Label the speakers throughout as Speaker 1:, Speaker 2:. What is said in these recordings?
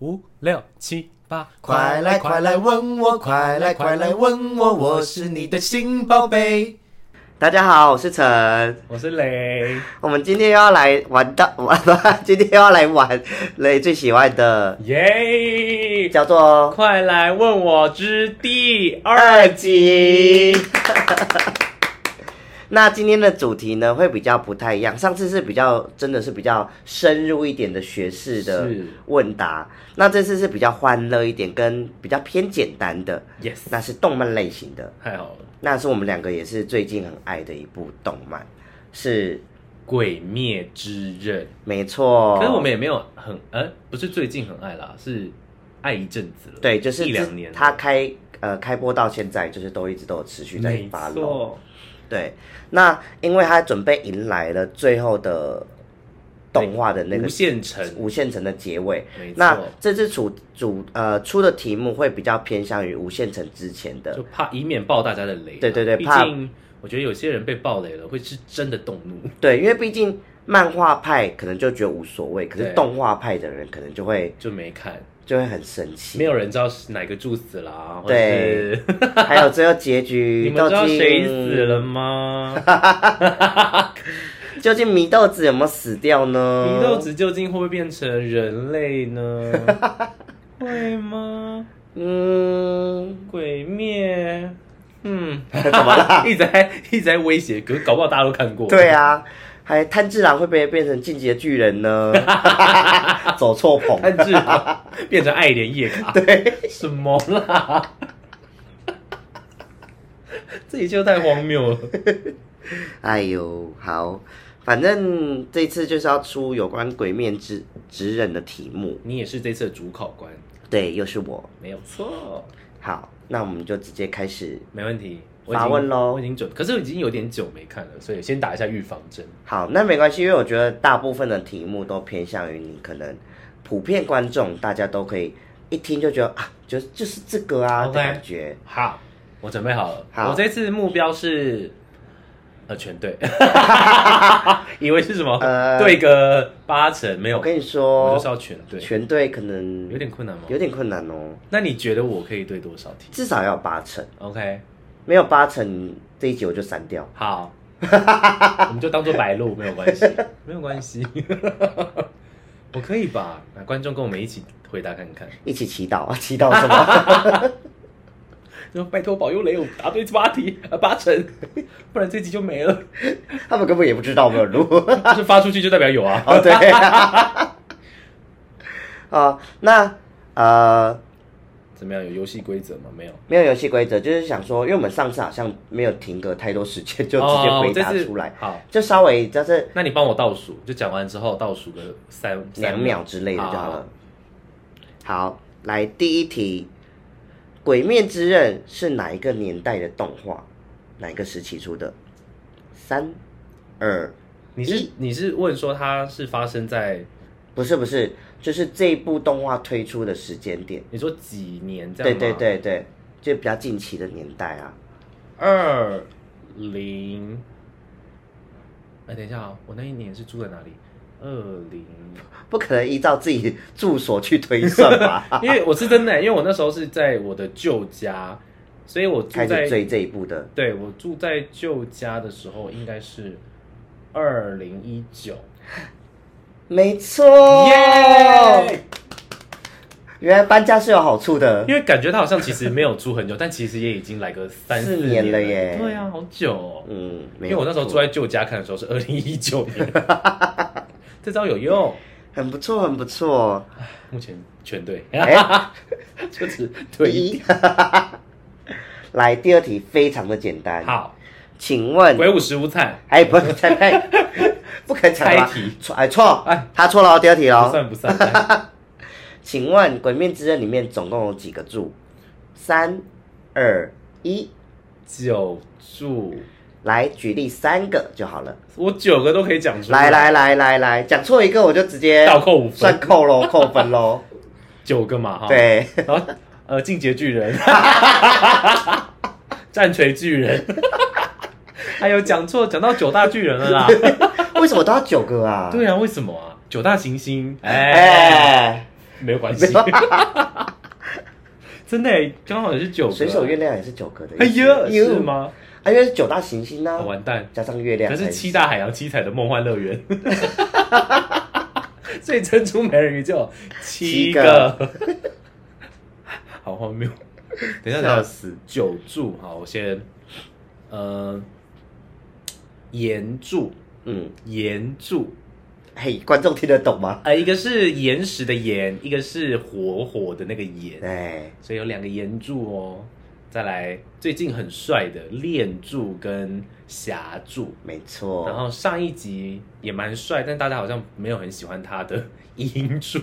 Speaker 1: 五六七八，
Speaker 2: 快来快来吻我，快来快来吻我，我是你的新宝贝。
Speaker 3: 大家好，我是陈，
Speaker 1: 我是 雷，
Speaker 3: 我们今天又要来玩到玩，今天又要来玩雷最喜欢的，
Speaker 1: 耶！
Speaker 3: 叫做
Speaker 1: 快来问我之第
Speaker 3: 二
Speaker 1: 二
Speaker 3: 级。那今天的主题呢，会比较不太一样。上次是比较真的是比较深入一点的学士的
Speaker 1: 是
Speaker 3: 问答，那这次是比较欢乐一点，跟比较偏简单的，
Speaker 1: ，yes，
Speaker 3: 那是动漫类型的，
Speaker 1: 太好了，
Speaker 3: 那是我们两个也是最近很爱的一部动漫，是
Speaker 1: 《鬼灭之刃》
Speaker 3: 没错。
Speaker 1: 可是我们也没有很，呃，不是最近很爱啦，是爱一阵子了，
Speaker 3: 对，就是
Speaker 1: 一
Speaker 3: 自
Speaker 1: 两年了，
Speaker 3: 他开呃开播到现在，就是都一直都有持续在
Speaker 1: 没
Speaker 3: 发漏。
Speaker 1: 错，
Speaker 3: 对，那因为他准备迎来了最后的动画的那个
Speaker 1: 无限城，
Speaker 3: 无限城的结尾。
Speaker 1: 没
Speaker 3: 那
Speaker 1: 错，
Speaker 3: 这次主主呃出的题目会比较偏向于无限城之前的
Speaker 1: 就，怕以免爆大家的雷啊，
Speaker 3: 对对对
Speaker 1: 毕
Speaker 3: 怕
Speaker 1: 竟我觉得有些人被爆雷了会是真的动怒，
Speaker 3: 对，因为毕竟漫画派可能就觉得无所谓，可是
Speaker 1: 对
Speaker 3: 动画派的人可能就会
Speaker 1: 就没看，
Speaker 3: 就会很生气。
Speaker 1: 没有人知道是哪个柱死啦，或者
Speaker 3: 对
Speaker 1: 是。
Speaker 3: 还有最后结
Speaker 1: 你
Speaker 3: 局，
Speaker 1: 们
Speaker 3: 究
Speaker 1: 知道
Speaker 3: 竟
Speaker 1: 谁死了吗？
Speaker 3: 究竟祢豆子有没有死掉呢？
Speaker 1: 祢豆子究竟会不会变成人类呢？ 会吗？
Speaker 3: 嗯，
Speaker 1: 鬼灭，嗯，怎么了？ 一直在一直在威胁，可是搞不好大家都看过。
Speaker 3: 对，啊，还炭治郎会不会变成进击的巨人呢？ 走错棚，
Speaker 1: 但是啊变成爱莲叶 卡，对，什么啦？ 这一切都太荒谬了。
Speaker 3: 哎呦，好，反正这次就是要出有关鬼面之之刃的题目，
Speaker 1: 你也是这次的主考官，
Speaker 3: 对，又是我。
Speaker 1: 没有错，
Speaker 3: 好，那我们就直接开始。
Speaker 1: 没问题。我已
Speaker 3: 发
Speaker 1: 经
Speaker 3: 问喽
Speaker 1: 我已经准，可是我已经有点久没看了，所以先打一下预防针。
Speaker 3: 好，那没关系，因为我觉得大部分的题目都偏向于你可能普遍观众大家都可以一听就觉得啊，就就是这个啊
Speaker 1: OK
Speaker 3: 的感觉。
Speaker 1: 好，我准备好了。
Speaker 3: 好
Speaker 1: 我这次目标是，呃，全 对，以为是什么？
Speaker 3: 呃
Speaker 1: 对个八成没有，
Speaker 3: 我跟你
Speaker 1: 我
Speaker 3: 说
Speaker 1: 就是，要全对，
Speaker 3: 全对可能
Speaker 1: 有点困难吗？
Speaker 3: 有点困难哦，
Speaker 1: 那你觉得我可以对多少题
Speaker 3: 至少要有八成，
Speaker 1: ？OK，
Speaker 3: 没有八成这一集我就删掉。
Speaker 1: 好，我们就当做白录，没有关系，没有关系， 我可以吧？那观众跟我们一起回答看看，
Speaker 3: 一起祈祷，啊 祈祷什么？
Speaker 1: 就拜托保佑雷，我答对八题，呃八 成，不然这集就没了。
Speaker 3: 他们根本也不知道我们有录。
Speaker 1: 就是发出去就代表有啊。
Speaker 3: 哦，对。 啊、那呃，
Speaker 1: 怎么样？有游戏规则吗？没有。
Speaker 3: 没有游戏规则，就是想说，因为我们上次好像没有停隔太多时间，就直接
Speaker 1: 哦
Speaker 3: 回答
Speaker 1: 这次
Speaker 3: 出来，
Speaker 1: 好，
Speaker 3: 就稍微就是
Speaker 1: 那你帮我倒数，就讲完之后倒数个三
Speaker 3: 两秒之类的就好。
Speaker 1: 三
Speaker 3: 了。好，来第一题，《鬼面之刃》是哪一个年代的动画？哪一个时期出的？三、二，
Speaker 1: 你
Speaker 3: 嗯
Speaker 1: 是你是问说它是发生在
Speaker 3: 不是不是，就是这一部动画推出的时间点。
Speaker 1: 你说几年这
Speaker 3: 对
Speaker 1: 样吗？
Speaker 3: 对，对对，就比较近期的年代啊。
Speaker 1: 二零。哎，等一下啊、我那一年是住在哪里？二 零，？
Speaker 3: 不可能依照自己住所去推算 吧
Speaker 1: 因为我是真的，因为我那时候是在我的旧家，所以我住
Speaker 3: 开始
Speaker 1: 在
Speaker 3: 追这一部的，
Speaker 1: 对我住在旧家的时候应该是二零一九，
Speaker 3: 没错。原来搬家是有好处的
Speaker 1: 因。为感觉他好像其实没有住很久，但其实也已经来个三
Speaker 3: 四
Speaker 1: 年
Speaker 3: 年了耶
Speaker 1: 对啊，好久、哦。
Speaker 3: 嗯，
Speaker 1: 因
Speaker 3: 没
Speaker 1: 为
Speaker 3: 有
Speaker 1: 我那时候住
Speaker 3: 错
Speaker 1: 在旧家看的时候是二零一九年， 这招有用。
Speaker 3: 很不错，很 不错。
Speaker 1: 目前全对，
Speaker 3: 哎，
Speaker 1: 就只对一。
Speaker 3: 第一， 来第二题非常的简单。，
Speaker 1: 好，
Speaker 3: 请问，
Speaker 1: 鬼舞食无惨
Speaker 3: 哎，不是猜猜，不肯抢 吧
Speaker 1: 猜题
Speaker 3: 错，哎错
Speaker 1: 哎，
Speaker 3: 他错了哦，第二题
Speaker 1: 不
Speaker 3: 哦。
Speaker 1: 算不算， 来
Speaker 3: 请问《鬼面之刃》里面总共有几个柱？三、二、一，
Speaker 1: 九柱，
Speaker 3: 来举例三个就好了。
Speaker 1: 我九个都可以讲出
Speaker 3: 来，来来来来，讲错一个我就直接
Speaker 1: 倒扣五分
Speaker 3: 算扣 喽，扣分喽。
Speaker 1: 九个嘛哈。，
Speaker 3: 对，
Speaker 1: 然后呃，进阶巨人，战锤巨人， 还有讲错，讲到九大巨人了啦。
Speaker 3: 为什么都要九个啊？
Speaker 1: 对啊，为什么啊？九大行星，哎、
Speaker 3: 哎，
Speaker 1: 没有关系。 真的耶，刚好也是九个。啊
Speaker 3: 水手月亮也是九个的
Speaker 1: 哎
Speaker 3: 意思。
Speaker 1: 呀，是？吗？
Speaker 3: 啊，因为是九大行星呢、
Speaker 1: 啊哎完蛋，
Speaker 3: 加上月亮，哎
Speaker 1: 可是七大海洋七彩的梦幻乐 园，所以珍珠美人鱼就有七个， 好荒谬。等一下，
Speaker 3: 笑
Speaker 1: 等一下，
Speaker 3: 死。
Speaker 1: 九柱，好，我先，呃，岩柱，
Speaker 3: 嗯，
Speaker 1: 岩柱，
Speaker 3: 嘿，观众听得懂吗？
Speaker 1: 呃，一个是岩石的岩，一个是火火的那个岩，
Speaker 3: 哎，
Speaker 1: 所以有两个岩柱哦。再来，最近很帅的练柱跟霞柱，
Speaker 3: 没错。
Speaker 1: 然后上一集也蛮帅，但大家好像没有很喜欢他的 银柱，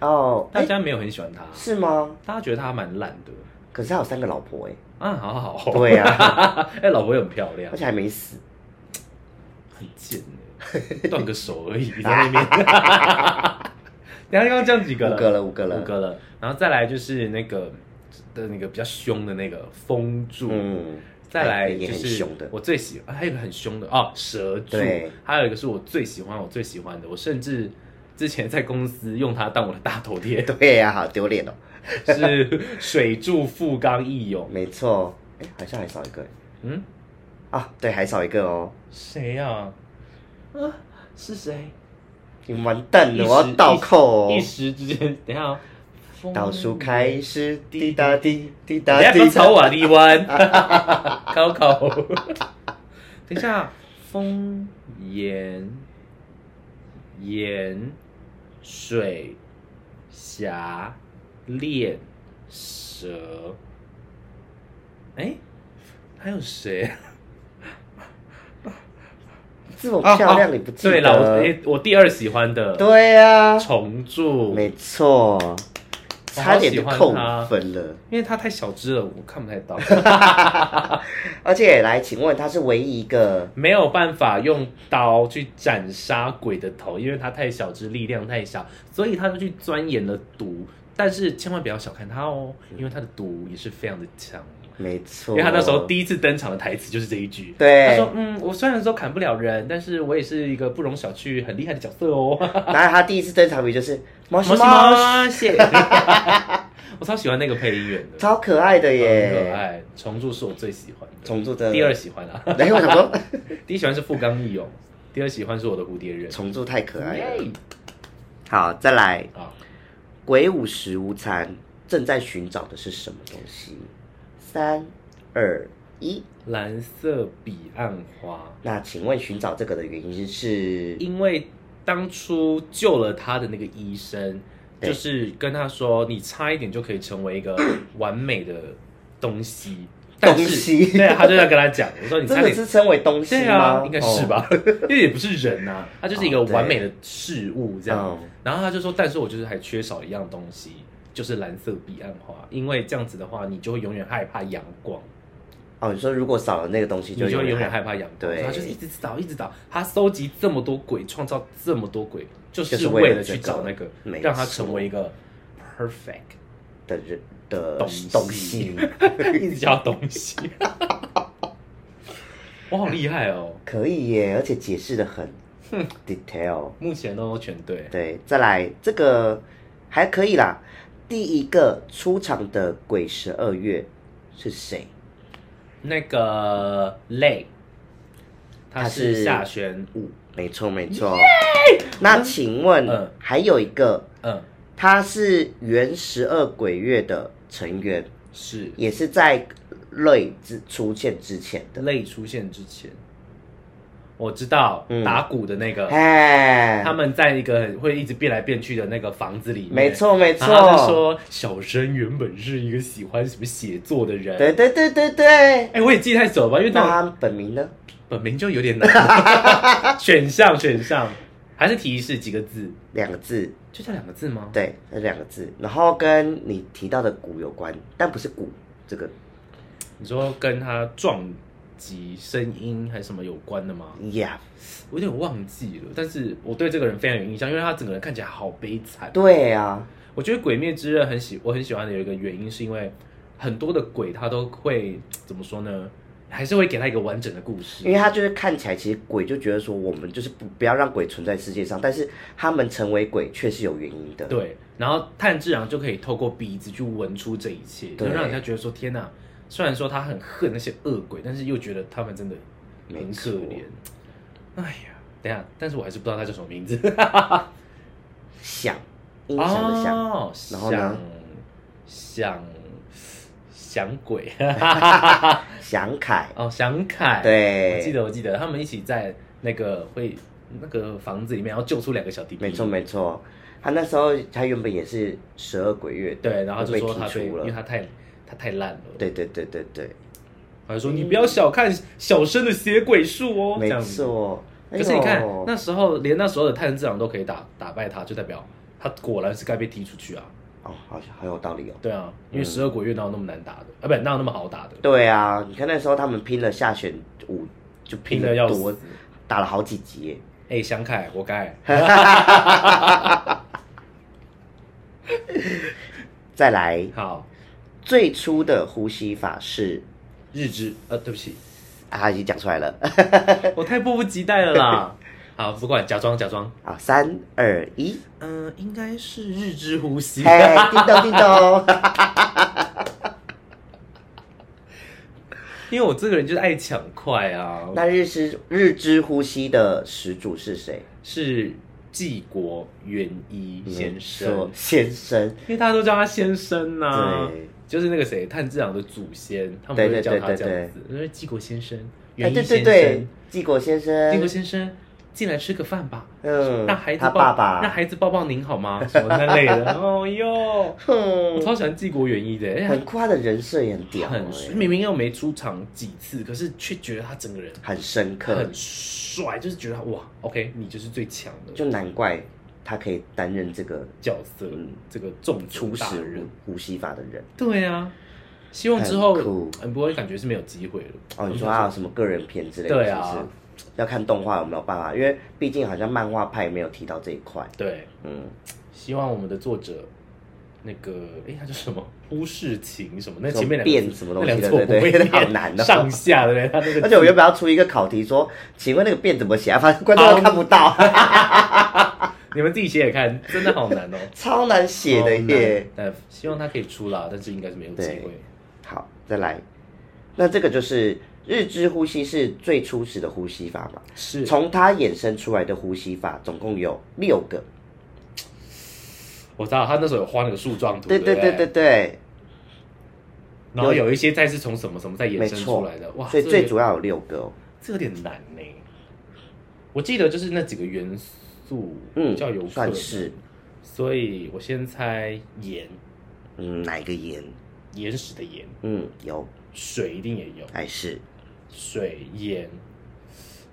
Speaker 3: 哦，
Speaker 1: 大
Speaker 3: 哎、
Speaker 1: 家没有很喜欢他，
Speaker 3: 是吗？
Speaker 1: 大家觉得他蛮懒的
Speaker 3: 可是他有三个老婆哎、
Speaker 1: 啊，好好好，
Speaker 3: 对啊，
Speaker 1: 哎、老婆也很漂亮
Speaker 3: 而，且还没死。
Speaker 1: 很贱哎，断个手而已在那边。等一下刚刚讲几个了？
Speaker 3: 五个了五个了
Speaker 1: 五个了。然后再来就是那个的那个比较凶的那个风柱，
Speaker 3: 嗯，
Speaker 1: 再来
Speaker 3: 也
Speaker 1: 就
Speaker 3: 很
Speaker 1: 是
Speaker 3: 凶的。
Speaker 1: 我最喜欢，还有一个很凶的哦，蛇柱
Speaker 3: 对，
Speaker 1: 还有一个是我最喜欢，我最喜欢的，我甚至之前在公司用它当我的大头 贴，
Speaker 3: 对呀、好丢脸哦。
Speaker 1: 是水柱富冈义勇，
Speaker 3: 没错，哎、好像还少一个哎
Speaker 1: 嗯，
Speaker 3: 啊，对，还少一个哦。
Speaker 1: 谁呀、啊？啊，是谁？
Speaker 3: 你完蛋
Speaker 1: 一时
Speaker 3: 了，我要倒扣哦
Speaker 1: 一。时之间，等一下、哦，风
Speaker 3: 倒数开始，滴答滴，滴答
Speaker 1: 哎等一下不要
Speaker 3: 滴答
Speaker 1: 吵。我力 弯，高考。等一下，风岩岩水峡练蛇，哎、还有谁啊？
Speaker 3: 这么漂亮，你不记
Speaker 1: 哦啊
Speaker 3: 得？
Speaker 1: 对了，我、哎诶我第二喜欢的
Speaker 3: 对呀、
Speaker 1: 虫柱，
Speaker 3: 没错，差点就扣
Speaker 1: 我好喜欢他
Speaker 3: 分了。
Speaker 1: 因为它太小只了，我看不太到，
Speaker 3: 而且来，请问他是唯一一个
Speaker 1: 没有办法用刀去斩杀鬼的头，因为它太小只，力量太小，所以他就去钻研了毒。但是千万不要小看它哦，
Speaker 3: 嗯
Speaker 1: 因为它的毒也是非常的强。
Speaker 3: 没错，
Speaker 1: 因为他那时候第一次登场的台词就是这一句，
Speaker 3: 对
Speaker 1: 他说：“嗯，我虽然说砍不了人，但是我也是一个不容小觑、很厉害的角色哦。”
Speaker 3: 然后他第一次登场语就是毛
Speaker 1: 毛西毛
Speaker 3: 毛
Speaker 1: 谢， 我超喜欢那个配音员的，
Speaker 3: 超可爱的
Speaker 1: 很可
Speaker 3: 耶，
Speaker 1: 爱。虫柱是我最喜欢的，
Speaker 3: 虫柱真的
Speaker 1: 第二喜欢啊，
Speaker 3: 然后我想说，
Speaker 1: 第一喜欢是富冈义勇，第二喜欢是我的蝴蝶人。
Speaker 3: 虫柱太可爱了。
Speaker 1: 耶
Speaker 3: 好，再来，
Speaker 1: 啊，
Speaker 3: 鬼舞食无残正在寻找的是什么东西？三二一，
Speaker 1: 蓝色彼岸花，
Speaker 3: 那请问寻找这个的原因是？
Speaker 1: 因为当初救了他的那个医生，
Speaker 3: 对
Speaker 1: 就是跟他说，你差一点就可以成为一个完美的东西，
Speaker 3: 东
Speaker 1: 但是
Speaker 3: 西
Speaker 1: 对啊，他就要跟他讲，我说你
Speaker 3: 真
Speaker 1: 差
Speaker 3: 的
Speaker 1: 点
Speaker 3: 是称为东西
Speaker 1: 对
Speaker 3: 吗？
Speaker 1: 啊，应该是 吧，因为也不是人呐、啊，它就是一个
Speaker 3: 哦对
Speaker 1: 完美的事物这样。
Speaker 3: 嗯
Speaker 1: 然后他就说，但是我就是还缺少一样东西，就是蓝色彼岸花，因为这样子的话，你就会永远害怕阳光，
Speaker 3: 哦？哦，你说如果少了那个东西
Speaker 1: 你
Speaker 3: 就
Speaker 1: 就会永远
Speaker 3: 害
Speaker 1: 害怕阳光。
Speaker 3: 对
Speaker 1: 所以他就是一直找，一直找，他收集这么多鬼，创造这么多鬼，就
Speaker 3: 就是
Speaker 1: 是
Speaker 3: 为
Speaker 1: 为
Speaker 3: 了
Speaker 1: 了去
Speaker 3: 这个
Speaker 1: 找那个，
Speaker 3: 没
Speaker 1: 让它
Speaker 3: 错
Speaker 1: 成为一个 perfect
Speaker 3: 的人的
Speaker 1: 东西
Speaker 3: 东 西，
Speaker 1: 一直叫东西。 我好厉害哦！
Speaker 3: 可以耶，而且解释 的很 detail。
Speaker 1: 目前都全对，
Speaker 3: 对，再来这个还可以啦。第一个出场的鬼十二月是谁？
Speaker 1: 那个泪，它
Speaker 3: 它是
Speaker 1: 是下旋舞，
Speaker 3: 嗯没错，没错。那请问、
Speaker 1: 嗯
Speaker 3: 还有一个，
Speaker 1: 嗯，
Speaker 3: 他是原十二鬼月的成员，
Speaker 1: 是
Speaker 3: 也是在瑞之出现之前的。
Speaker 1: 泪出现之前，我知道、
Speaker 3: 嗯
Speaker 1: 打鼓的那个，
Speaker 3: 哎，
Speaker 1: 他们在一个很会一直变来变去的那个房子里面，
Speaker 3: 没。错，没
Speaker 1: 然后他就
Speaker 3: 错。
Speaker 1: 说，小生原本是一个喜欢什么写作的人。
Speaker 3: 对对对对对。
Speaker 1: 哎、我也记太久了吧，因为
Speaker 3: 那
Speaker 1: 他
Speaker 3: 他本名呢？
Speaker 1: 本名就有点难。 选项选项还是提示几个字，
Speaker 3: 两个字，
Speaker 1: 就这两个字吗？
Speaker 3: 对，是两个字。然后跟你提到的鼓有关，但不是鼓这个
Speaker 1: 你说跟他撞击声音还是什么有关的吗？
Speaker 3: 呀。
Speaker 1: 我有点忘记了，但是我对这个人非常有印象，因为他整个人看起来好悲惨。
Speaker 3: 对啊，
Speaker 1: 我觉得《鬼灭之刃》很喜，我很喜欢的有一个原因，是因为很多的鬼他都会怎么说呢？还是会给他一个完整的故事
Speaker 3: 因。为他就是看起来，其实鬼就觉得说我们就是不不要让鬼存在世界上，但是他们成为鬼却是有原因的。
Speaker 1: 对，然后炭治郎就可以透过鼻子去闻出这一切，就
Speaker 3: 对
Speaker 1: 让人家觉得说天哪！虽然说他很恨那些恶鬼，但是又觉得他们真的很可怜。哎呀，等一下，但是我还是不知道他叫什么名字。
Speaker 3: 响，音响的响，
Speaker 1: 哦、
Speaker 3: 然后呢
Speaker 1: 想？想想鬼
Speaker 3: 响凯，
Speaker 1: 哦，想凯，
Speaker 3: 对
Speaker 1: 我记得我记得，他们一起在那个会那个房子里面，然后救出两个小弟弟，
Speaker 3: 没错没错。他那时候他原本也是十二鬼月的，
Speaker 1: 对，然后就
Speaker 3: 被
Speaker 1: 说他
Speaker 3: 剔
Speaker 1: 被，
Speaker 3: 除
Speaker 1: 因
Speaker 3: 了
Speaker 1: 为。他太他太烂了，
Speaker 3: 对对对对对，
Speaker 1: 他就说你不要小看小生的邪鬼术哦，这
Speaker 3: 没
Speaker 1: 样子。
Speaker 3: 错。哎
Speaker 1: 可是你看
Speaker 3: 呦
Speaker 1: 那时候连那时候的炭治郎都可以打打败他，就代表他果然是该被踢出去啊，
Speaker 3: 哦，好像很有道理哦。
Speaker 1: 对啊，因为十二鬼月哪有那么难打的，啊不哪有那么好打的，
Speaker 3: 对啊，你看那时候他们拼了下选五，就拼
Speaker 1: 拼得要
Speaker 3: 了多
Speaker 1: 死，
Speaker 3: 打了好几集耶。
Speaker 1: 哎、想凯活该，
Speaker 3: 再来，
Speaker 1: 好
Speaker 3: 最初的呼吸法是
Speaker 1: 日之呃对不起，
Speaker 3: 啊，他已经讲出来了
Speaker 1: 我太迫不及待了啦， 好不管假装假装，
Speaker 3: 啊，三二 一，
Speaker 1: 嗯、应该是日之呼吸
Speaker 3: 嘿，，叮咚叮咚，
Speaker 1: 因为我这个人就是爱抢快啊，
Speaker 3: 那日之日之呼吸的始祖是谁？
Speaker 1: 是纪国元一先
Speaker 3: 说
Speaker 1: 生，
Speaker 3: 先生，
Speaker 1: 因为大家都叫他先生啊呐、
Speaker 3: 对
Speaker 1: 就是那个谁，炭治郎的祖先，他们都会
Speaker 3: 对对
Speaker 1: 叫他
Speaker 3: 对哎
Speaker 1: 这样子，因为纪国先生、元一
Speaker 3: 对
Speaker 1: 先
Speaker 3: 对
Speaker 1: 生、
Speaker 3: 对，纪果先
Speaker 1: 纪国
Speaker 3: 生，
Speaker 1: 先生，进来吃个饭吧。
Speaker 3: 嗯
Speaker 1: 让孩子
Speaker 3: 他
Speaker 1: 抱
Speaker 3: 爸爸，
Speaker 1: 让孩子抱抱您好吗？什么那类 的。哦哟，我
Speaker 3: 哼，
Speaker 1: 超喜欢纪国元一的，哎
Speaker 3: 很夸的人设也很屌、
Speaker 1: 很
Speaker 3: 欸，
Speaker 1: 明明又没出场几次，可是却觉得他整个人
Speaker 3: 很深刻
Speaker 1: 很，帅，就是觉得他哇，OK，你就是最强的
Speaker 3: 就难怪他可以担任这个
Speaker 1: 角色，这个重
Speaker 3: 初
Speaker 1: 出大
Speaker 3: 始
Speaker 1: 人。
Speaker 3: 呼呼吸法的人。
Speaker 1: 对啊，希望之后
Speaker 3: 很酷，
Speaker 1: 嗯，不过感觉是没有机会了。
Speaker 3: 哦，你说他有什么个人片之类的？
Speaker 1: 对
Speaker 3: 是不
Speaker 1: 啊
Speaker 3: 是要看动画有没有办法，因为毕竟好像漫画派没有提到这一块。
Speaker 1: 对，
Speaker 3: 嗯，
Speaker 1: 希望我们的作者。那个，哎，他叫什 么？忽视情什么？那
Speaker 3: 什么
Speaker 1: 前面两个
Speaker 3: 变
Speaker 1: 字
Speaker 3: 什么东
Speaker 1: 那
Speaker 3: 西
Speaker 1: 两个
Speaker 3: 的
Speaker 1: 字我不
Speaker 3: 对
Speaker 1: 会
Speaker 3: 对
Speaker 1: 念
Speaker 3: 好难哦
Speaker 1: 上下对不对？他那个
Speaker 3: 而且我原本要出一个考题说，请问那个变怎么写啊？反正观众
Speaker 1: 好
Speaker 3: 都看不到，
Speaker 1: 你们自己写写看，真的好难 哦，
Speaker 3: 超难写的耶。
Speaker 1: 好难。呃，希望他可以出啦，但是应该是没有机会
Speaker 3: 对。好，再来，那这个就是日之呼吸是最初始的呼吸法嘛？
Speaker 1: 是
Speaker 3: 从它衍生出来的呼吸法总共有六个。
Speaker 1: 我知道他那时候有画那个树状图，
Speaker 3: 对
Speaker 1: 对
Speaker 3: 对对
Speaker 1: 不
Speaker 3: 对对，
Speaker 1: 然后有一些再是从什么什么再衍
Speaker 3: 没
Speaker 1: 生
Speaker 3: 错
Speaker 1: 出来的，哇，
Speaker 3: 所以
Speaker 1: 这
Speaker 3: 最
Speaker 1: 个
Speaker 3: 主要有六个哦。
Speaker 1: 这有点难呢、我记得就是那几个元素，
Speaker 3: 嗯
Speaker 1: 比较有可能
Speaker 3: 算是，
Speaker 1: 所以我先猜盐，
Speaker 3: 嗯，哪一个盐？
Speaker 1: 岩石的岩，
Speaker 3: 嗯，有，
Speaker 1: 水一定也有，
Speaker 3: 还是
Speaker 1: 水盐。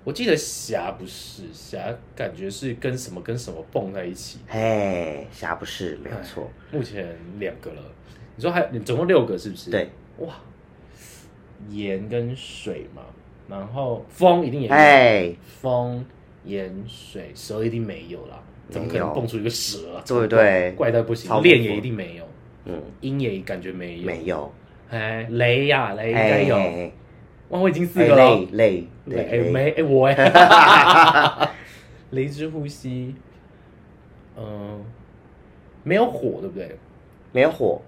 Speaker 1: 我记得霞不是霞，感觉是跟什么跟什么蹦在一起。
Speaker 3: 嘿，霞不是没有错，
Speaker 1: 目前两个了，你说还你总共六个是不是？
Speaker 3: 对，
Speaker 1: 哇，盐跟水嘛，然后风一定也有，
Speaker 3: 哎，
Speaker 1: 风、盐、水，蛇一定没有啦，怎么可
Speaker 3: 没
Speaker 1: 能
Speaker 3: 有
Speaker 1: 蹦出一个蛇啊？
Speaker 3: 对不对
Speaker 1: 怪到不行
Speaker 3: 超，不
Speaker 1: 练
Speaker 3: 符
Speaker 1: 也一定没有，
Speaker 3: 嗯，
Speaker 1: 鹰也感觉没有，
Speaker 3: 没有，
Speaker 1: 哎，雷呀、雷
Speaker 3: 哎
Speaker 1: 应该有，
Speaker 3: 哎
Speaker 1: 哇，我已经四
Speaker 3: 哎
Speaker 1: 个了
Speaker 3: 累，
Speaker 1: 雷
Speaker 3: 累累
Speaker 1: 哎
Speaker 3: 累，
Speaker 1: 没哎我 哎，雷之呼吸，嗯、没有火对不对？
Speaker 3: 没有火，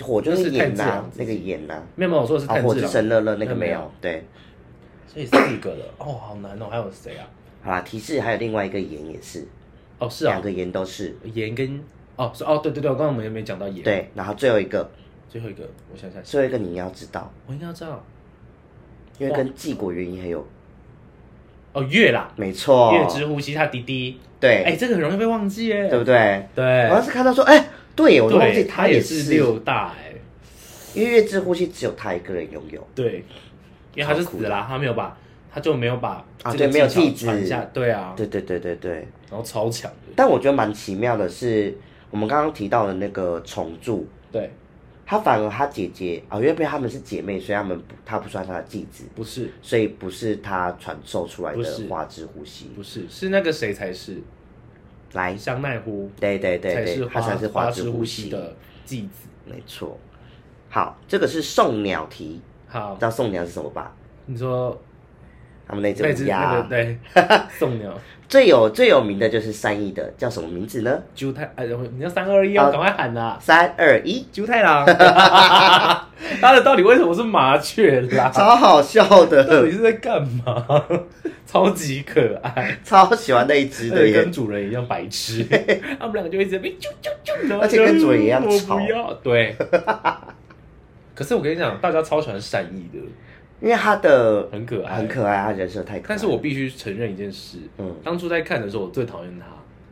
Speaker 3: 火就
Speaker 1: 那
Speaker 3: 是
Speaker 1: 是炭
Speaker 3: 盐
Speaker 1: 治
Speaker 3: 呐、
Speaker 1: 郎自己
Speaker 3: 那个盐呐、
Speaker 1: 没有没有，我说的是
Speaker 3: 啊，
Speaker 1: 炭
Speaker 3: 火
Speaker 1: 治
Speaker 3: 之
Speaker 1: 郎，
Speaker 3: 神乐乐那个
Speaker 1: 嗯没
Speaker 3: 没有，，对，
Speaker 1: 所以四个了，哦，好难哦，还有谁啊？
Speaker 3: 好啦，提示还有另外一个盐也是，
Speaker 1: 哦是
Speaker 3: 两
Speaker 1: 啊，
Speaker 3: 个盐都是，
Speaker 1: 盐跟哦是哦对对对，我刚刚我们也没讲到盐，，
Speaker 3: 对，然后最后一个，
Speaker 1: 最后一个我想想，
Speaker 3: 最后一个你要知道，
Speaker 1: 我应该要知道。
Speaker 3: 因为跟纪国原因很有，
Speaker 1: 哦，月啦，
Speaker 3: 没错，
Speaker 1: 月之呼吸，他滴滴，
Speaker 3: 哦对，
Speaker 1: 哎、这个很容易被忘记耶，
Speaker 3: 对不对？
Speaker 1: 对
Speaker 3: 我要是看到说，哎、对，我都忘记
Speaker 1: 对，
Speaker 3: 他
Speaker 1: 也
Speaker 3: 是，
Speaker 1: 六大哎、
Speaker 3: 因为月之呼吸只有他一个人拥有，
Speaker 1: 对，因为他就死啦，他没有把，他就没有把
Speaker 3: 啊
Speaker 1: 这
Speaker 3: 对
Speaker 1: 个
Speaker 3: 没有
Speaker 1: 技巧
Speaker 3: 地址
Speaker 1: 传下，对啊，
Speaker 3: 对对对对对。
Speaker 1: 然后超强的，
Speaker 3: 但我觉得蛮奇妙的是，我们刚刚提到的那个重铸，
Speaker 1: 对，
Speaker 3: 她反而她姐姐啊，因为被她们是姐妹，所以她们不，她不算她的继子，
Speaker 1: 不是
Speaker 3: 所以不是她传授出来
Speaker 1: 不
Speaker 3: 的
Speaker 1: 是
Speaker 3: 花之呼吸。
Speaker 1: 不是是那个谁才是
Speaker 3: 来，
Speaker 1: 香奈乎
Speaker 3: 对对对
Speaker 1: 才是
Speaker 3: 对，她
Speaker 1: 花
Speaker 3: 才是
Speaker 1: 花
Speaker 3: 之
Speaker 1: 之呼
Speaker 3: 吸
Speaker 1: 吸，的继子，
Speaker 3: 没错。好，这个是送鸟题，
Speaker 1: 好
Speaker 3: 知，道送鸟是什么吧？
Speaker 1: 你说
Speaker 3: 他们那
Speaker 1: 那只
Speaker 3: 只
Speaker 1: 那个
Speaker 3: 乌鸦，
Speaker 1: 对送鸟，
Speaker 3: 最有最有名的就是三一的，叫什么名字呢？
Speaker 1: 猪太哎，你要三二一，要赶快喊呐！
Speaker 3: 三二一，
Speaker 1: 猪太郎， 他的到底为什么是麻雀啦？
Speaker 3: 超好笑
Speaker 1: 啊到底
Speaker 3: 的，
Speaker 1: 是在干嘛？超级可爱，
Speaker 3: 超喜欢那一只
Speaker 1: 而
Speaker 3: 的
Speaker 1: 且
Speaker 3: 耶
Speaker 1: 跟。主人一样白 痴，他们两个就一直在那边啾啾啾，然后
Speaker 3: 而且跟
Speaker 1: 就
Speaker 3: 主人一样
Speaker 1: 我
Speaker 3: 吵
Speaker 1: 不要，对。 可是我跟你讲，大家超喜欢善意的，
Speaker 3: 因为他的
Speaker 1: 很可爱，
Speaker 3: 很可爱，他人设太可爱。
Speaker 1: 但是我必须承认一件事，
Speaker 3: 嗯
Speaker 1: 当初在看的时候，我最讨厌他，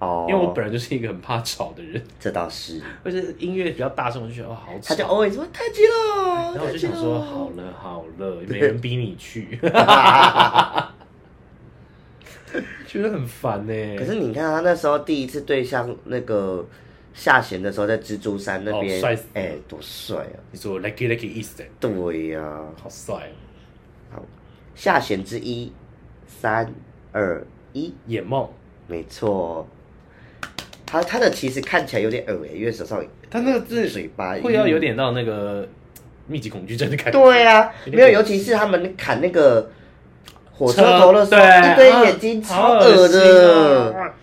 Speaker 3: 哦，
Speaker 1: 因为我本来就是一个很怕吵的人，
Speaker 3: 这倒是，
Speaker 1: 而且音乐比较大声，我就觉得哦好吵。
Speaker 3: 他就偶尔说太极了，
Speaker 1: 然后我就想说，好了好了，没人逼你去， 哎觉得很烦欸呢、
Speaker 3: 可是你看他那时候第一次对象那个下弦的时候，在蜘蛛山那边
Speaker 1: 哦，帅死了
Speaker 3: 哎，多帅啊！
Speaker 1: 你说 lucky lucky east，
Speaker 3: 对呀、
Speaker 1: 好帅哦，
Speaker 3: 好，下弦之一，三二一，
Speaker 1: 眼梦，
Speaker 3: 没错。他他的其实看起来有点恶欸心，因为手上
Speaker 1: 他那个字
Speaker 3: 嘴巴
Speaker 1: 会要有点到那个密集恐惧症的感觉。
Speaker 3: 哎对啊，
Speaker 1: 有点
Speaker 3: 没有，尤其是他们砍那个火车头的时候，
Speaker 1: 车
Speaker 3: 一堆
Speaker 1: 对
Speaker 3: 眼睛
Speaker 1: 啊
Speaker 3: 超
Speaker 1: 好
Speaker 3: 恶
Speaker 1: 恶心
Speaker 3: 的
Speaker 1: 啊，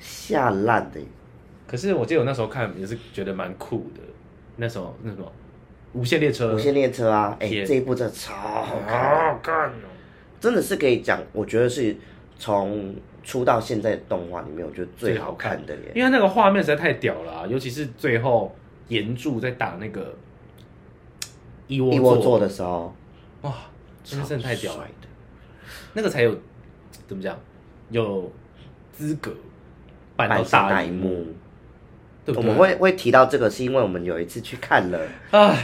Speaker 3: 吓烂的。
Speaker 1: 可是我记得我那时候看也是觉得蛮酷的，那时候那什么无限列车，
Speaker 3: 无限列车啊，哎，
Speaker 1: 呃天
Speaker 3: 这一部真的超好看，
Speaker 1: 好看哦。
Speaker 3: 真的是可以讲，我觉得是从出到现在的动画里面，我觉得最好看的耶。
Speaker 1: 因为那个画面实在太屌了啊、尤其是最后岩柱在打那个一窝
Speaker 3: 一窝 E 座的时候，
Speaker 1: 哇，真的是太屌
Speaker 3: 超
Speaker 1: 了
Speaker 3: 帅，的。
Speaker 1: 那个才有怎么讲，有资格办到
Speaker 3: 半上
Speaker 1: 大
Speaker 3: 那一
Speaker 1: 荧
Speaker 3: 幕，
Speaker 1: 对不
Speaker 3: 我
Speaker 1: 对？
Speaker 3: 们会会提到这个，是因为我们有一次去看了，
Speaker 1: 啊，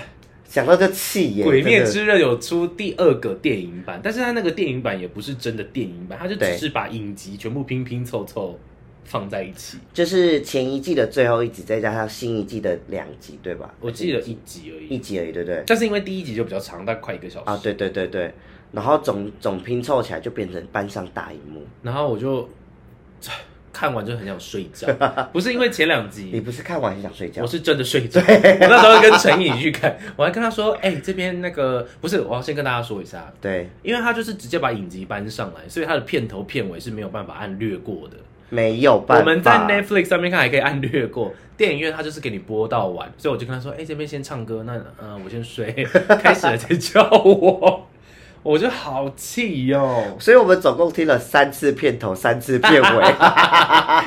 Speaker 3: 想到这气
Speaker 1: 《
Speaker 3: 耶，
Speaker 1: 鬼灭
Speaker 3: 真的
Speaker 1: 之刃》有出第二个电影版，但是它那个电影版也不是真的电影版，它就
Speaker 3: 对
Speaker 1: 只是把影集全部拼拼凑凑放在一起。
Speaker 3: 就是前一季的最后一集，再加上新一季的两集，对吧？
Speaker 1: 我记得一集而
Speaker 3: 一
Speaker 1: 已，
Speaker 3: 集而已，对不对？
Speaker 1: 但是因为第一集就比较长，大概快一个小时
Speaker 3: 啊，对对对对，然后总总拼凑起来就变成搬上大荧幕。
Speaker 1: 然后我就看完就很想睡觉，不是因为前两
Speaker 3: 你
Speaker 1: 集，
Speaker 3: 不是看完很想睡觉？
Speaker 1: 嗯我是真的睡 着。我那时候跟陈颖去看，我还跟他说：“哎、这边那个不是，我要先跟大家说一下，
Speaker 3: 对，
Speaker 1: 因为他就是直接把影集搬上来，所以他的片头片尾是没有办法按略过的。
Speaker 3: 没有办法。
Speaker 1: 我们在 Netflix 上面看还可以按略过，电影院它就是给你播到完，所以我就跟他说：“哎、这边先唱歌，那嗯、呃我先 睡，开始了再叫我。”我就好气哟、
Speaker 3: 所以我们总共听了三次片头，三次片尾。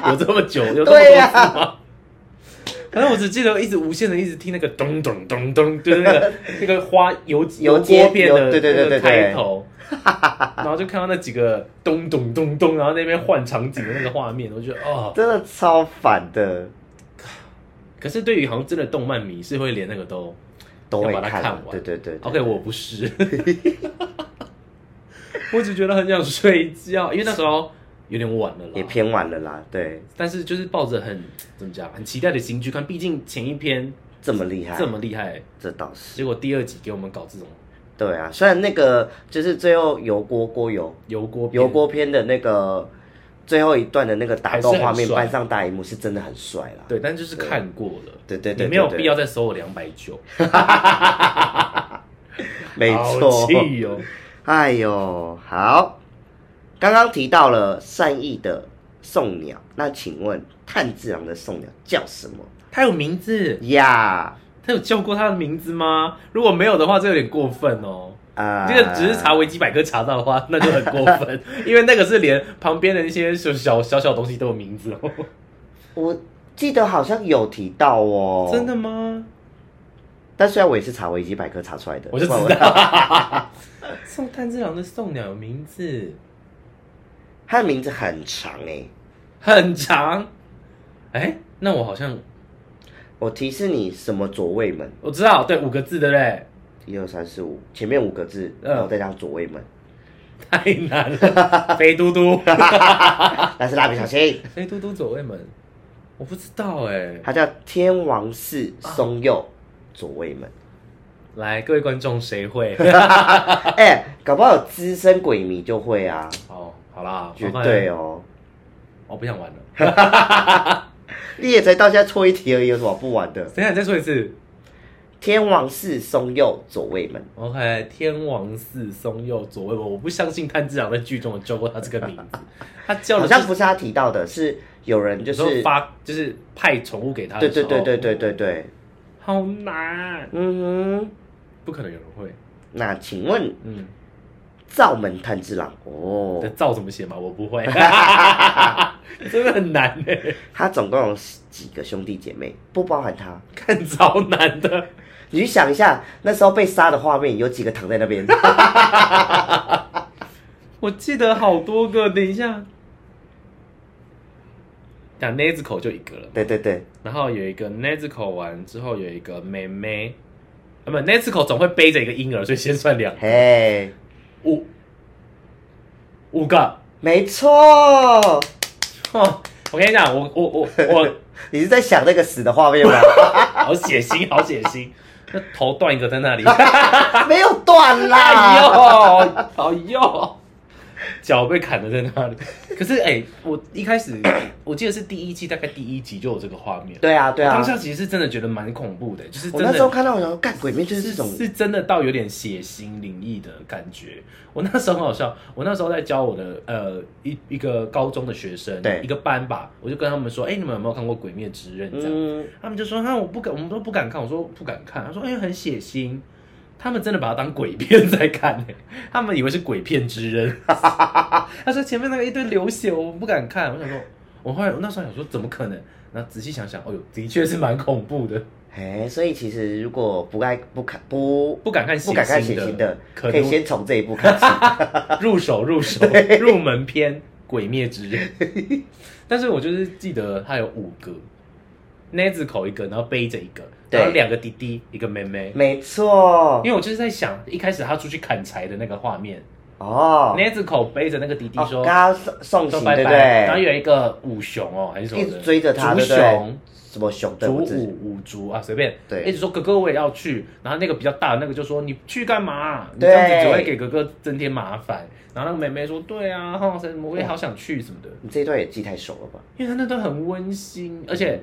Speaker 1: 有这么久，有这么多
Speaker 3: 对
Speaker 1: 次
Speaker 3: 呀
Speaker 1: 吗？反正我只记得一直无限的一直听那个咚咚咚咚，就是那 个那个花油
Speaker 3: 油
Speaker 1: 锅
Speaker 3: 煎
Speaker 1: 片
Speaker 3: 油
Speaker 1: 的
Speaker 3: 对对对
Speaker 1: 那个
Speaker 3: 对对
Speaker 1: 开头，然后就看到那几个咚咚咚咚，然后那边换场景的那个画面，我就觉得哦。
Speaker 3: 真的超烦的，
Speaker 1: 可是对于好像真的动漫迷是会连那个都
Speaker 3: 都会
Speaker 1: 要把它看完
Speaker 3: 对对对对
Speaker 1: OK，我不是， 我只觉得很想睡觉，因为那时候有点晚了啦，
Speaker 3: 哦也偏晚了啦，对，
Speaker 1: 但是就是抱着很怎么讲，很期待的心去看，毕竟前一篇
Speaker 3: 这么厉害，
Speaker 1: 这么厉害，
Speaker 3: 这倒是，
Speaker 1: 结果第二集给我们搞这种
Speaker 3: 对啊，虽然那个就是最后油锅锅油
Speaker 1: 油锅片
Speaker 3: 油锅篇的那个最后一段的那个打斗
Speaker 1: 还是很
Speaker 3: 画面
Speaker 1: 帅
Speaker 3: 搬上大荧幕是真的很帅啦，
Speaker 1: 对，但就是看过了，
Speaker 3: 对对对对
Speaker 1: 你没有
Speaker 3: 对
Speaker 1: 必要再收我两百九，
Speaker 3: 没
Speaker 1: 好
Speaker 3: 错，
Speaker 1: 气哦，
Speaker 3: 哎呦，好，刚刚提到了善意的送鸟，那请问炭治郎的送鸟叫什么
Speaker 1: 他有名字，
Speaker 3: 呀？
Speaker 1: 他有叫过他的名字吗？如果没有的话，这有点过分哦。
Speaker 3: 啊、
Speaker 1: 这个只是查维基百科查到的话， 那就很过 分，因为那个是连旁边的那些小小小小东西都有名字哦。
Speaker 3: 我记得好像有提到哦，
Speaker 1: 真的吗？
Speaker 3: 但虽然我也是查维基百科查出来的，
Speaker 1: 我就知
Speaker 3: 不然我。
Speaker 1: 道，送炭治郎的送鸟有名字
Speaker 3: 他的名字很长哎、
Speaker 1: 很长，哎、那我好像
Speaker 3: 我提示你什么左卫门，
Speaker 1: 我知道，对，五个字，对不对？
Speaker 3: 一二三四五，前面五个字，
Speaker 1: 嗯
Speaker 3: 然后再加上左卫门，
Speaker 1: 太难 了，肥嘟嘟，
Speaker 3: 但是蜡笔小新，
Speaker 1: 肥嘟嘟左卫门，我不知道哎、
Speaker 3: 他叫天王寺松佑左卫门。
Speaker 1: 来，各位观众，谁 会？
Speaker 3: 哎、搞不好有资深鬼迷就会啊，
Speaker 1: 哦，好啦，
Speaker 3: 绝
Speaker 1: 麻烦
Speaker 3: 对，哦。
Speaker 1: 我不想玩了。
Speaker 3: 你也才到现在错一题而已，有什么好不玩的？
Speaker 1: 等一下，你再说一次。
Speaker 3: 天王寺松佑左卫门。
Speaker 1: OK，天王寺松佑左卫门，我不相信炭治郎在剧中有叫过他这个名 字，他叫
Speaker 3: 好
Speaker 1: 的
Speaker 3: 像
Speaker 1: 是
Speaker 3: 不是他提到的，是有人就
Speaker 1: 有时候
Speaker 3: 是
Speaker 1: 发就是派宠物给他
Speaker 3: 对
Speaker 1: 的时
Speaker 3: 对
Speaker 1: 候，
Speaker 3: 对对对对对，
Speaker 1: 好难，
Speaker 3: 嗯哼。
Speaker 1: 不可能有人会。
Speaker 3: 那请问
Speaker 1: 嗯，
Speaker 3: 灶门炭治郎
Speaker 1: 我的
Speaker 3: 哦，
Speaker 1: 造怎么写嘛？我不 会， 真的很难哎、
Speaker 3: 他总共有几个兄弟姐妹？不包含他。
Speaker 1: 看超难的。
Speaker 3: 你去想一下，那时候被杀的画面，有几个躺在那 边？
Speaker 1: 我记得好多个，等一下，讲那只口就一个了，
Speaker 3: 对对对，
Speaker 1: 然后有一个那只口完之后有一个妹妹，啊不，那只口总会背着一个婴儿，所以先算两个
Speaker 3: 嘿，
Speaker 1: 五五个。
Speaker 3: 没错。
Speaker 1: 哦，我跟你讲，我我我我
Speaker 3: 你是在想那个死的画面吗？
Speaker 1: 好血腥，好血腥，那头断一个在那里，
Speaker 3: 没有断
Speaker 1: 哎
Speaker 3: 啦。
Speaker 1: 呦，哎呦，脚被砍的在那里。可是哎、我一开始我记得是第一季，大概第一集就有这个画面。
Speaker 3: 对啊对啊
Speaker 1: 当，下其实是真的觉得蛮恐怖的，就是
Speaker 3: 我
Speaker 1: 真
Speaker 3: 那时候
Speaker 1: 的。
Speaker 3: 看到我想说，干鬼面就是是这种，
Speaker 1: 是真的到有点血腥灵异的感觉。我那时候很好笑，我那时候在教我的呃一一个高中的学生，
Speaker 3: 对
Speaker 1: 一个班吧，我就跟他们说，哎、你们有没有看过《鬼灭之刃》这样？
Speaker 3: 嗯，
Speaker 1: 他们就说：“啊，我不敢，我们都不敢看。”我说：“不敢看。”他说：“因哎为很血腥。”他们真的把它当鬼片在看、欸，他们以为是鬼片之 刃。他说前面那个一堆流血，我不敢看。我想说，我后来我那时候想说，怎么可能？然后仔细想想，哦呦，的确是蛮恐怖的，
Speaker 3: 哎，所以其实如果不爱不看不
Speaker 1: 不敢看血
Speaker 3: 不敢看
Speaker 1: 腥
Speaker 3: 血腥
Speaker 1: 的
Speaker 3: 的，，
Speaker 1: 可
Speaker 3: 可以
Speaker 1: 能
Speaker 3: 先从这一部开始。
Speaker 1: 入手入手入门篇《鬼灭之 刃》，但是我就是记得它有五个，那子口一个，然后背着一个，
Speaker 3: 对嗯
Speaker 1: 然后两个弟弟，一个妹妹，
Speaker 3: 没错
Speaker 1: 因，为我就是在想，一开始他出去砍柴的那个画面，
Speaker 3: 哦，
Speaker 1: 那只口背着那个弟弟
Speaker 3: 哦，
Speaker 1: 说、
Speaker 3: 跟他送送
Speaker 1: 说
Speaker 3: 行，
Speaker 1: 拜
Speaker 3: 对不
Speaker 1: 拜，然后
Speaker 3: 对？
Speaker 1: 有一个五熊哦，还是什么
Speaker 3: 一
Speaker 1: 的
Speaker 3: 直追着他，
Speaker 1: 竹
Speaker 3: 对不对
Speaker 1: 熊、？
Speaker 3: 什么熊？对，
Speaker 1: 竹
Speaker 3: 我只
Speaker 1: 五五竹啊，随便，
Speaker 3: 对
Speaker 1: 一直说哥哥我也要去，然后那个比较大的那个就说你去干嘛？你
Speaker 3: 对
Speaker 1: 这样子只会给哥哥增添麻烦。然后那个妹妹说对啊，哈，什么我也好想去什么的，
Speaker 3: 你这一段也记太熟了吧？
Speaker 1: 因为他那段很温馨，而
Speaker 3: 嗯
Speaker 1: 且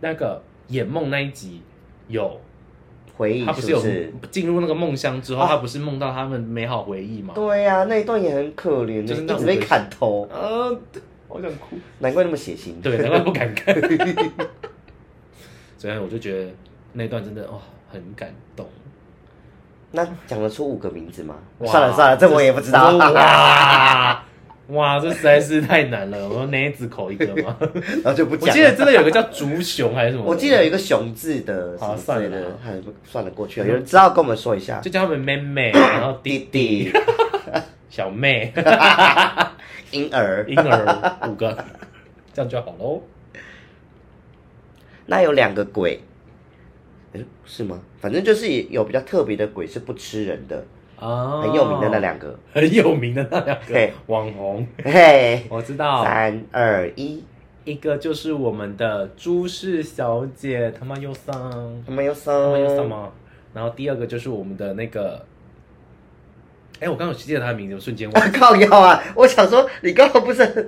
Speaker 1: 那个演梦那一集有。
Speaker 3: 回忆
Speaker 1: 他不是
Speaker 3: 是
Speaker 1: 有
Speaker 3: 不嗯是？
Speaker 1: 进入那个梦乡之后，
Speaker 3: 啊
Speaker 1: 他不是梦到他们美好回忆吗？
Speaker 3: 对呀、那一段也很可怜，
Speaker 1: 就是
Speaker 3: 一
Speaker 1: 那
Speaker 3: 直被
Speaker 1: 五个
Speaker 3: 砍头，
Speaker 1: 呃，好想哭。
Speaker 3: 难怪那么血腥。
Speaker 1: 对，难怪不敢 看。所以我就觉得那段真的哦，很感动。
Speaker 3: 那讲得出五个名字吗？
Speaker 1: 哇
Speaker 3: 算了算了，这我也不知道。
Speaker 1: 我说哇哇，这实在是太难了。我说哪子口一个吗？
Speaker 3: 然后就不
Speaker 1: 我
Speaker 3: 讲了。
Speaker 1: 记得真的有个叫竹熊还是什么的，
Speaker 3: 我记得有一个熊字的什
Speaker 1: 嗯好
Speaker 3: 么之类
Speaker 1: 算
Speaker 3: 的
Speaker 1: 了，
Speaker 3: 还算了过去了。有人知道跟我们说一下
Speaker 1: 就。叫他们妹 妹，然后
Speaker 3: 弟
Speaker 1: 弟
Speaker 3: 弟、
Speaker 1: 小妹、
Speaker 3: 婴儿，
Speaker 1: 婴儿五个，这样就好喽。
Speaker 3: 那有两个鬼，诶是吗？反正就是有比较特别的鬼是不吃人的，
Speaker 1: 啊
Speaker 3: 哦很有名的那两个。
Speaker 1: 哦很有名的那两个
Speaker 3: 对
Speaker 1: 网红，
Speaker 3: 嘿，
Speaker 1: 我知道。
Speaker 3: 三二一，
Speaker 1: 一个就是我们的朱氏小姐，他妈又丧，
Speaker 3: 他们有什
Speaker 1: 他妈又
Speaker 3: 么
Speaker 1: 丧？吗？然后第二个就是我们的那个，哎，我刚刚有记得她的名字，我瞬间忘
Speaker 3: 我
Speaker 1: 了。
Speaker 3: 靠腰啊！我想说，你刚刚不是很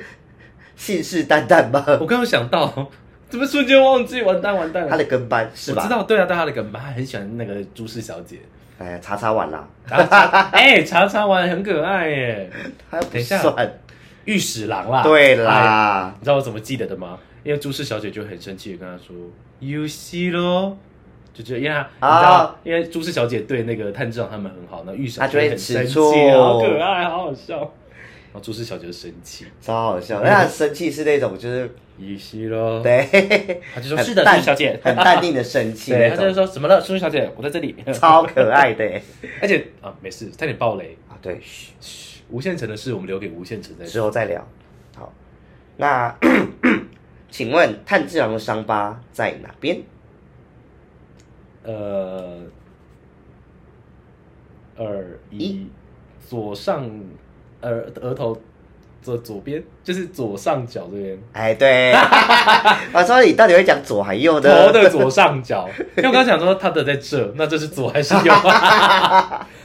Speaker 3: 信誓旦旦 吗？
Speaker 1: 我刚刚想到，怎么瞬间忘记？完蛋，完蛋了！
Speaker 3: 他的跟班是
Speaker 1: 我
Speaker 3: 吧？
Speaker 1: 知道，对啊，对她的梗吧，她很喜欢那个朱氏小姐。
Speaker 3: 哎呀，查查完啦，
Speaker 1: 然后查 哎，查查完很可爱耶，
Speaker 3: 他不
Speaker 1: 等一下
Speaker 3: 算。
Speaker 1: 御史郎啦，
Speaker 3: 对
Speaker 1: 哎
Speaker 3: 啦，
Speaker 1: 你知道我怎么记得的吗？因为朱氏小姐就很生气的跟他说，You see 咯。就是因为她，你知道
Speaker 3: 啊，
Speaker 1: 因为朱氏小姐对那个炭治郎他们很好，那玉小
Speaker 3: 她就会
Speaker 1: 姐很
Speaker 3: 吃
Speaker 1: 生气，
Speaker 3: 醋
Speaker 1: 好可爱，好好笑。然后朱氏小姐就生气
Speaker 3: 超好笑。那他生气是那种就是
Speaker 1: ，You see 咯，，
Speaker 3: 对，
Speaker 1: 她就说
Speaker 3: 很
Speaker 1: 是的，朱
Speaker 3: 淡
Speaker 1: 氏小姐，
Speaker 3: 很淡定的 生气
Speaker 1: 对，
Speaker 3: 那
Speaker 1: 她就
Speaker 3: 种，
Speaker 1: 说怎么了，朱氏小姐，我在这里。
Speaker 3: 超可爱的欸。
Speaker 1: 而且啊，没事，差点爆雷。
Speaker 3: 啊，对，嘘
Speaker 1: 嘘无限城的事我们留给无限城在
Speaker 3: 之
Speaker 1: 说。
Speaker 3: 后再聊。好，那 请问炭治郎的伤疤在哪边？
Speaker 1: 呃，耳一
Speaker 3: 一
Speaker 1: 左上耳额头左左边，就是左上角这边，
Speaker 3: 哎，对，我说你到底会讲左还右
Speaker 1: 头
Speaker 3: 呢？
Speaker 1: 的左上角。因为我刚刚想说他的在 这，那这是左还是右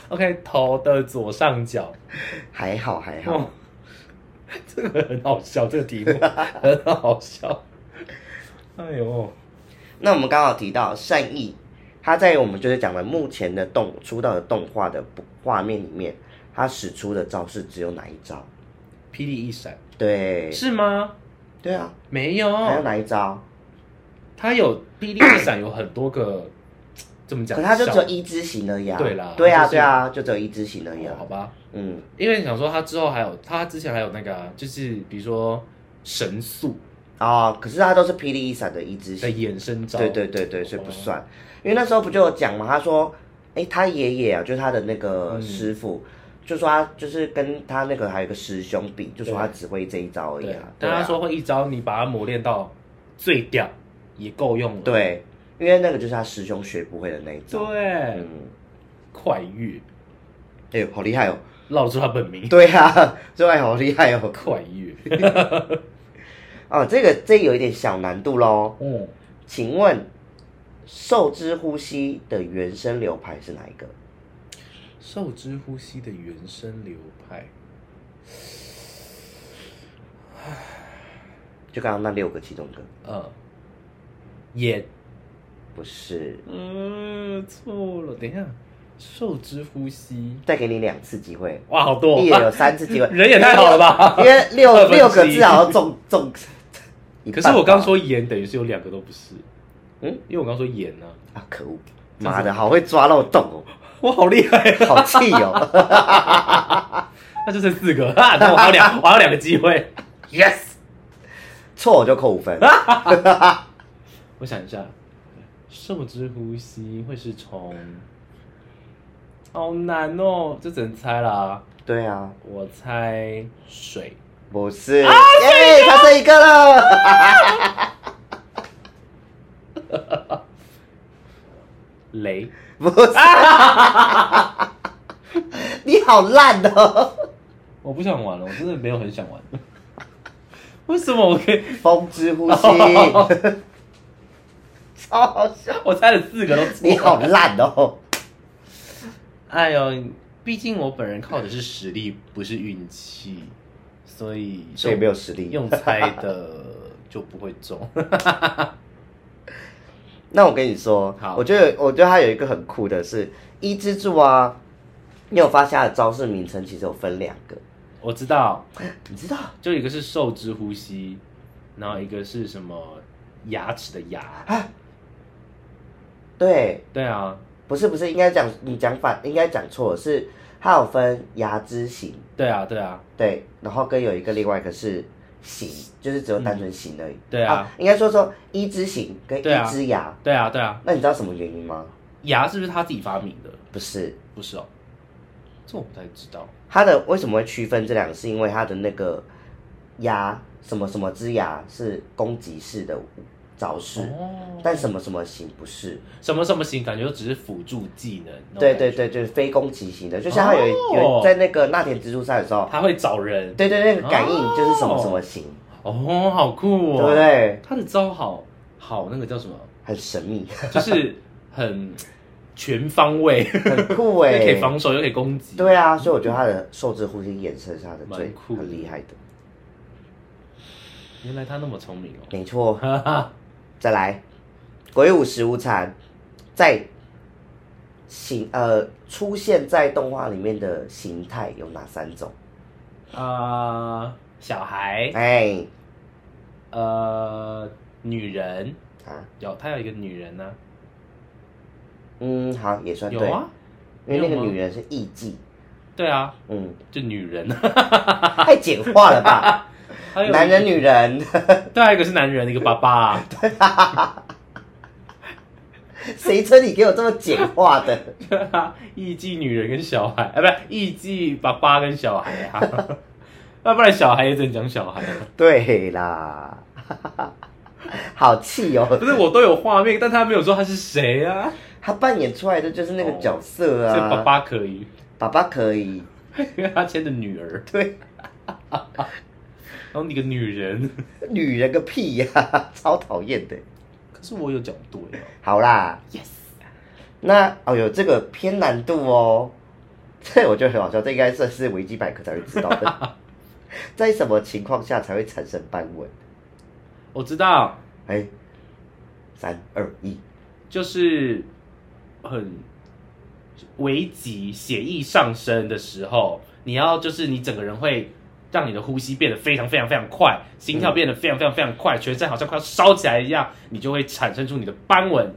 Speaker 1: ？OK，头的左上角。
Speaker 3: 还好还好
Speaker 1: 哦。， 这个很好笑，这个题目很 好笑。哎呦，
Speaker 3: 那我们刚好提到善意他在我们就是讲的目前的动出道的动画的不画面里面，他使出的招式只有哪一招？
Speaker 1: 霹雳一闪
Speaker 3: 对，
Speaker 1: 是哦吗？
Speaker 3: 对啊，
Speaker 1: 没有，
Speaker 3: 还有哪一招？
Speaker 1: 它有霹雳一闪有很多个， 怎么讲？
Speaker 3: 可他就只
Speaker 1: 小
Speaker 3: 有一只型而已啊。
Speaker 1: 对啦
Speaker 3: 对啊，
Speaker 1: 就是
Speaker 3: 对啊，就只有一只型而已
Speaker 1: 哦
Speaker 3: 啊
Speaker 1: 好。吧，
Speaker 3: 嗯，
Speaker 1: 因为想说他之后还有，他之前还有那个啊、就是比如说神速
Speaker 3: 哦，可是他都是霹雳一闪的一只
Speaker 1: 的
Speaker 3: 型。
Speaker 1: 衍生招，哦
Speaker 3: 对对对对，所以不算。因为那时候不就有讲嘛，他说，哎，他爷爷啊，就是他的那个
Speaker 1: 嗯
Speaker 3: 师傅，就说他就是跟他那个还有一个师兄比，就说他只会这一招而已
Speaker 1: 对
Speaker 3: 啊。对
Speaker 1: 但
Speaker 3: 啊
Speaker 1: 他说会一招你把它磨练到最屌也够用了，
Speaker 3: 对，因为那个就是他师兄学不会的那一
Speaker 1: 对
Speaker 3: 招。，嗯，
Speaker 1: 快越
Speaker 3: 哎呦，好厉害哦！
Speaker 1: 绕出他本名，
Speaker 3: 对啊， 这外好厉害哦！
Speaker 1: 快越，
Speaker 3: 哦，这个这有一点小难度喽。
Speaker 1: 嗯，
Speaker 3: 请问，受之呼吸的原声流派是哪一个？
Speaker 1: 受之呼吸的原生流派，
Speaker 3: 就刚刚那六个其中一个，
Speaker 1: 嗯，也
Speaker 3: 不是。
Speaker 1: 呃错了，等一下，受之呼吸，
Speaker 3: 再给你两次机会，
Speaker 1: 哇，好多、
Speaker 3: 一人有
Speaker 1: 哦，
Speaker 3: 三次机会，
Speaker 1: 人也太好了吧
Speaker 3: 因为六
Speaker 1: 二分之一
Speaker 3: 六个字好像中中。一
Speaker 1: 可
Speaker 3: 半
Speaker 1: 是
Speaker 3: 吧
Speaker 1: 我刚说盐，等于是有两个都不是，
Speaker 3: 嗯
Speaker 1: 嗯，因为我刚说盐呢、
Speaker 3: 啊，可恶，妈的，好会抓漏洞
Speaker 1: 我好厉害、
Speaker 3: 哦，好气哦
Speaker 1: 那就剩四个， 哈那我还有两，我还有两个机会。
Speaker 3: ，yes，错我就扣五分。
Speaker 1: 啊我想一下，受之呼吸会是从，好难哦，这只能猜啦。
Speaker 3: 对啊，
Speaker 1: 我猜水，
Speaker 3: 不是，
Speaker 1: 啊
Speaker 3: 耶，他剩一个了，
Speaker 1: 雷，
Speaker 3: 不是，
Speaker 1: 啊
Speaker 3: 你好烂哦，
Speaker 1: 我不想玩了，我真的没有很想玩。为什么我可以？
Speaker 3: 风之呼 吸，超好笑，
Speaker 1: 我猜了四个都
Speaker 3: 你
Speaker 1: 错。
Speaker 3: 好烂哦，
Speaker 1: 哎呦，毕竟我本人靠的是实力，不是运气，所以
Speaker 3: 所以没有实力
Speaker 1: 用猜的就不会中。
Speaker 3: 那我跟你说，
Speaker 1: 好
Speaker 3: 我觉得我觉得它有一个很酷的是，一之助啊，你有发现它的招式名称其实有分两个，
Speaker 1: 我知道，
Speaker 3: 你知道？
Speaker 1: 就一个是受之呼吸，然后一个是什么牙齿的牙。
Speaker 3: 对，
Speaker 1: 对啊，
Speaker 3: 不是不是，应该讲你讲反，应该讲错了，是它有分牙之形，
Speaker 1: 对啊，对啊，
Speaker 3: 对，然后跟有一个另外一个是形，就是只有单纯形而已。
Speaker 1: 对啊
Speaker 3: 应该说说一之形跟
Speaker 1: 对啊
Speaker 3: 一之牙，
Speaker 1: 对啊，对啊。
Speaker 3: 那你知道什么原因吗？
Speaker 1: 牙是不是他自己发明的？
Speaker 3: 不是，
Speaker 1: 不是哦，这我不太知道。
Speaker 3: 它的为什么会区分这两个？是因为它的那个牙什么什么之牙是攻击式的招式。
Speaker 1: 哦，
Speaker 3: 但什么什么型不是？
Speaker 1: 什么什么型，感觉就只是辅助技能。那种
Speaker 3: 对
Speaker 1: 感觉
Speaker 3: 对，对，就是非攻击型的，就像他有、
Speaker 1: 哦
Speaker 3: 有在那个那田蜘蛛赛的时候，
Speaker 1: 他会找人。
Speaker 3: 对对，那个感应
Speaker 1: 哦
Speaker 3: 就是什么什么型，
Speaker 1: 哦，好酷哦，
Speaker 3: 对不？对？
Speaker 1: 他的招好好那个叫什么？
Speaker 3: 很神秘，
Speaker 1: 就是很全方位，
Speaker 3: 很酷哎、
Speaker 1: 又可以防守又可以攻击。
Speaker 3: 对啊，所以我觉得他的受制呼吸衍生是他的最
Speaker 1: 蛮酷的
Speaker 3: 很厉害的，
Speaker 1: 原来他那么聪明哦。
Speaker 3: 没错。
Speaker 1: 哈哈，
Speaker 3: 再来，鬼舞食无惨，在形呃出现在动画里面的形态有哪三种？
Speaker 1: 啊，小孩，
Speaker 3: 哎
Speaker 1: 呃，女人，
Speaker 3: 啊，
Speaker 1: 有他有一个女人呢、
Speaker 3: 嗯，好，也算
Speaker 1: 有
Speaker 3: 对，
Speaker 1: 啊，
Speaker 3: 因为那
Speaker 1: 没有
Speaker 3: 个
Speaker 1: 吗
Speaker 3: 女人是艺妓，
Speaker 1: 对啊，
Speaker 3: 嗯，
Speaker 1: 就女人。啊
Speaker 3: 太简化了吧？
Speaker 1: 还有一个
Speaker 3: 男人、女人，
Speaker 1: 对啊，一个是男人，一个爸爸、
Speaker 3: 谁准你给我这么简化的？
Speaker 1: 对啊，艺妓女人跟小孩，啊，不是艺妓爸爸跟小孩啊， 要不然小孩也只能讲小孩啊了。
Speaker 3: 对啦， 好气哦！
Speaker 1: 不是我都有画面，但他没有说他是谁啊，
Speaker 3: 他扮演出来的就是那个角色
Speaker 1: 所以
Speaker 3: 啊。
Speaker 1: 哦爸爸可以，
Speaker 3: 爸爸可以，
Speaker 1: 因为他牵着女 儿，
Speaker 3: 对，
Speaker 1: 然后你个女人，
Speaker 3: 女人个屁呀、 超讨厌的。
Speaker 1: 可是我有讲对哦。
Speaker 3: 好啦，
Speaker 1: Yes，
Speaker 3: 那哦有这个偏难度哦，这我觉得很好笑，这应该算是维基百科才会知 道的。在什么情况下才会产生斑纹？
Speaker 1: 我知道，
Speaker 3: 哎，三二一，
Speaker 1: 就是很危急、血液上升的时候，你要就是你整个人会让你的呼吸变得非常非常非常快，心跳变得非常非常非常快，全身好像快要烧起来一样，你就会产生出你的斑纹，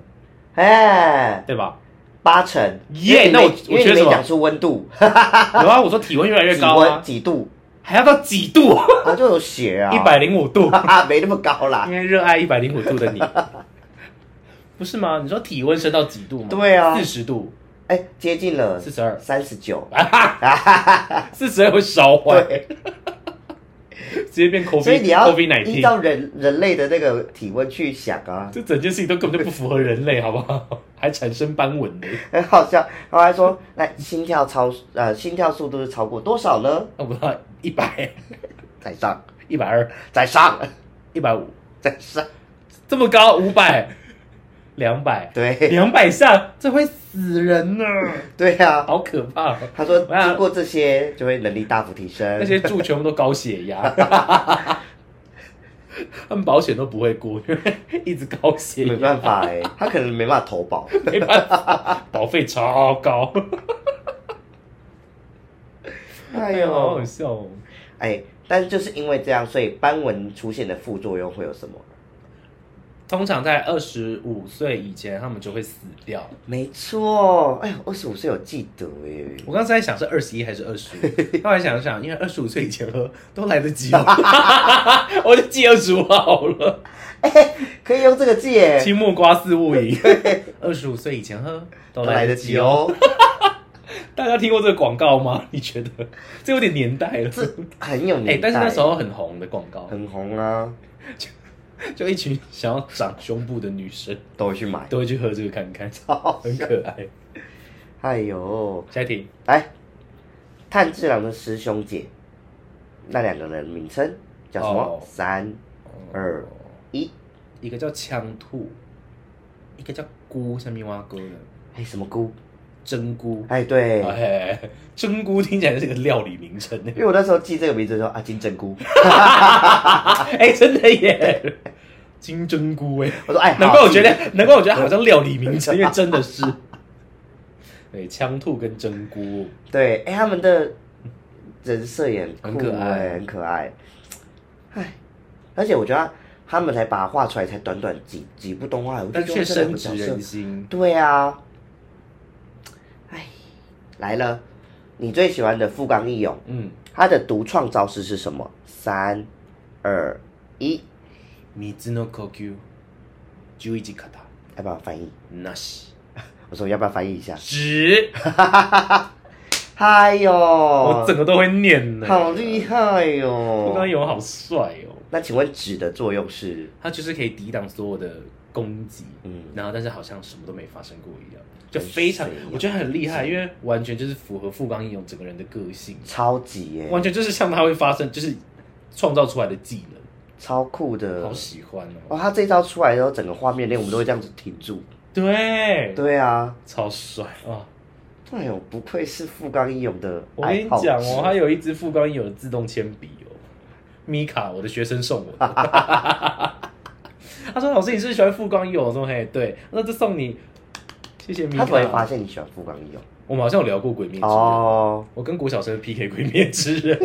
Speaker 3: 哎，
Speaker 1: 对吧？
Speaker 3: 八成。
Speaker 1: 耶
Speaker 3: 因为你
Speaker 1: 那我
Speaker 3: 没
Speaker 1: 我
Speaker 3: 因为
Speaker 1: 觉得
Speaker 3: 你
Speaker 1: 什么
Speaker 3: 没讲出温度，
Speaker 1: 有啊，我说体温越来越
Speaker 3: 几
Speaker 1: 高
Speaker 3: 温
Speaker 1: 啊，
Speaker 3: 几度，
Speaker 1: 还要到几 度？
Speaker 3: 啊就有血啊，
Speaker 1: 一百零五 度。
Speaker 3: 没那么高啦
Speaker 1: 因。为热爱一百零五度的你，不是吗？你说体温升到几度吗？
Speaker 3: 对啊
Speaker 1: 四十度，
Speaker 3: 哎，接近了
Speaker 1: 四十二，啊
Speaker 3: 三十九，
Speaker 1: 四十二会烧坏，
Speaker 3: 对，
Speaker 1: 直接变 COVID，
Speaker 3: 所以你要
Speaker 1: COVID 奶
Speaker 3: 依
Speaker 1: 听，
Speaker 3: 照人人类的那个体温去想啊，
Speaker 1: 这整件事情都根本就不符合人类，好不好？还产生斑纹呢，
Speaker 3: 很好笑。然后还说，那心跳超呃心跳速度是超过多少呢？
Speaker 1: 那不到一百、
Speaker 3: 再上，
Speaker 1: 一百二、
Speaker 3: 再上，
Speaker 1: 一百五，
Speaker 3: 再上，
Speaker 1: 这么高，五百、两百、
Speaker 3: 对
Speaker 1: 两百下，这会死人呢、
Speaker 3: 对啊。
Speaker 1: 好可怕！
Speaker 3: 他说，
Speaker 1: 我想
Speaker 3: 经过这些就会能力大幅提升。
Speaker 1: 那些住全部都高血 压，他们保险都不会估，因为一直高血
Speaker 3: 没
Speaker 1: 压，
Speaker 3: 办法哎、他可能没办法投 保。
Speaker 1: 没办法，保费超高，
Speaker 3: 哎
Speaker 1: 哎呦，好好
Speaker 3: 呦，
Speaker 1: 笑哦。
Speaker 3: 哎，但是就是因为这样，所以斑纹出现的副作用会有什么？
Speaker 1: 通常在二十五岁以前，他们就会死掉。
Speaker 3: 没错，哎呦，二十五岁有记得哎、
Speaker 1: 我刚才在想是二十一还是二十 五，后来想想，因为二十五岁以前喝都来得及了， 我就记二十五好了。
Speaker 3: 可以用这个记耶、
Speaker 1: 青木瓜四物饮，二十五岁以前喝都
Speaker 3: 都
Speaker 1: 来
Speaker 3: 来
Speaker 1: 得
Speaker 3: 得
Speaker 1: 及
Speaker 3: 及
Speaker 1: 哦。
Speaker 3: 哦。
Speaker 1: 大家听过这个广告吗？你觉得这有点年代了？
Speaker 3: 这很 有
Speaker 1: 哎、
Speaker 3: 年代，
Speaker 1: 但是那时候很红的广告，
Speaker 3: 很红啊，
Speaker 1: 就一群想要长胸部的女生
Speaker 3: 都会去买。
Speaker 1: 都会去喝这个看看，
Speaker 3: 哎好
Speaker 1: 很可爱。
Speaker 3: 哎呦，
Speaker 1: 下一题，
Speaker 3: 来，炭治郎的师兄姐，那两个人名称叫什么
Speaker 1: 哦？
Speaker 3: 三
Speaker 1: 嗯
Speaker 3: 二一，
Speaker 1: 一个叫枪兔，一个叫菇，下面挖哥的
Speaker 3: 哎，什么菇？
Speaker 1: 蒸菇。
Speaker 3: 哎，对，
Speaker 1: 哎， 蒸菇听起来是个料理名称 呢
Speaker 3: 因。为我那时候记这个名字的时候啊，金针菇，
Speaker 1: 哎，真的耶，金针菇哎。
Speaker 3: 我说哎，
Speaker 1: 难怪我
Speaker 3: 好记
Speaker 1: 觉得，难怪我觉得好像料理名称，因为真的是。 对，枪兔跟蒸菇，
Speaker 3: 对，哎，他们的人设也很酷
Speaker 1: 很可爱
Speaker 3: 哎很可爱。哎，而且我觉得他们才把它画出来，才短短几几部动画，我就
Speaker 1: 但
Speaker 3: 觉
Speaker 1: 却
Speaker 3: 得这两
Speaker 1: 深
Speaker 3: 个
Speaker 1: 植
Speaker 3: 角色
Speaker 1: 人心。
Speaker 3: 对啊，哎，来了，你最喜欢的富冈义勇，
Speaker 1: 嗯，
Speaker 3: 他的独创招式是什么？三、二、一，
Speaker 1: 水の呼吸、十一方、
Speaker 3: 要不要翻译？
Speaker 1: なし、
Speaker 3: 我说要不要翻译一下？
Speaker 1: 止。
Speaker 3: 哎呦，
Speaker 1: 我整个都会念呢，
Speaker 3: 好厉！害哟、
Speaker 1: 我刚刚有好帅哦，
Speaker 3: 那请问纸的作用是？
Speaker 1: 他就是可以抵挡所有的攻击，
Speaker 3: 嗯，
Speaker 1: 然后但是好像什么都没发生过一样，就非常
Speaker 3: 跟谁一样
Speaker 1: 我觉得很厉害，因为完全就是符合富冈义勇整个人的个性，
Speaker 3: 超级耶、
Speaker 1: 完全就是像他会发生，就是创造出来的技能，
Speaker 3: 超酷的
Speaker 1: 好。喜欢哦。
Speaker 3: 哇，他这一招出来的时候，整个画面连我们都会这样子停住。
Speaker 1: 对，
Speaker 3: 对啊，
Speaker 1: 超帅啊！
Speaker 3: 哎呦，不愧是富冈义勇的
Speaker 1: 我跟
Speaker 3: 爱
Speaker 1: 你
Speaker 3: 好
Speaker 1: 讲
Speaker 3: 者
Speaker 1: 哦，他有一支富冈义勇的自动铅笔哦，米卡，我的学生送我 的。他说：“老师，你是不是喜欢富冈义勇？”我说：“嘿，对。”那就送你，谢谢米
Speaker 3: 他
Speaker 1: 卡。
Speaker 3: 怎么会发现你喜欢富冈义勇？
Speaker 1: 我们好像有聊过《鬼灭之刃》
Speaker 3: 哦，
Speaker 1: 我跟郭晓生 PK《鬼灭之刃》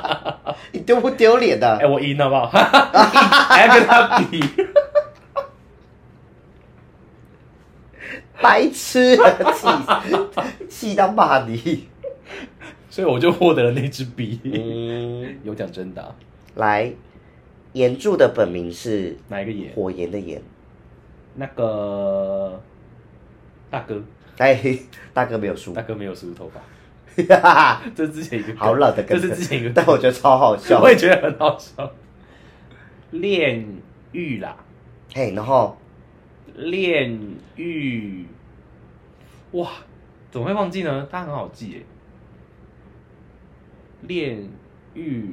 Speaker 3: 你丢不丢脸的、
Speaker 1: 哎、我赢了好不 好？还要跟他比，
Speaker 3: 白痴，气气到骂你。
Speaker 1: 所以我就获得了那支笔。
Speaker 3: 嗯，
Speaker 1: 有奖征答，
Speaker 3: 来，岩柱的本名是
Speaker 1: 哪一个演？
Speaker 3: 火炎的炎。
Speaker 1: 那个大哥，
Speaker 3: 哎，大哥没有输
Speaker 1: 大，哥没有梳头发，
Speaker 3: 哈哈
Speaker 1: 这是之前一个梗
Speaker 3: 好冷
Speaker 1: 这
Speaker 3: 的梗，
Speaker 1: 是之前一个梗，
Speaker 3: 但我觉得超好 笑
Speaker 1: 我。也觉得很好笑。炼狱啦，
Speaker 3: 嘿，然后
Speaker 1: 炼狱，哇，怎么会忘记呢？它很好记耶。炼狱，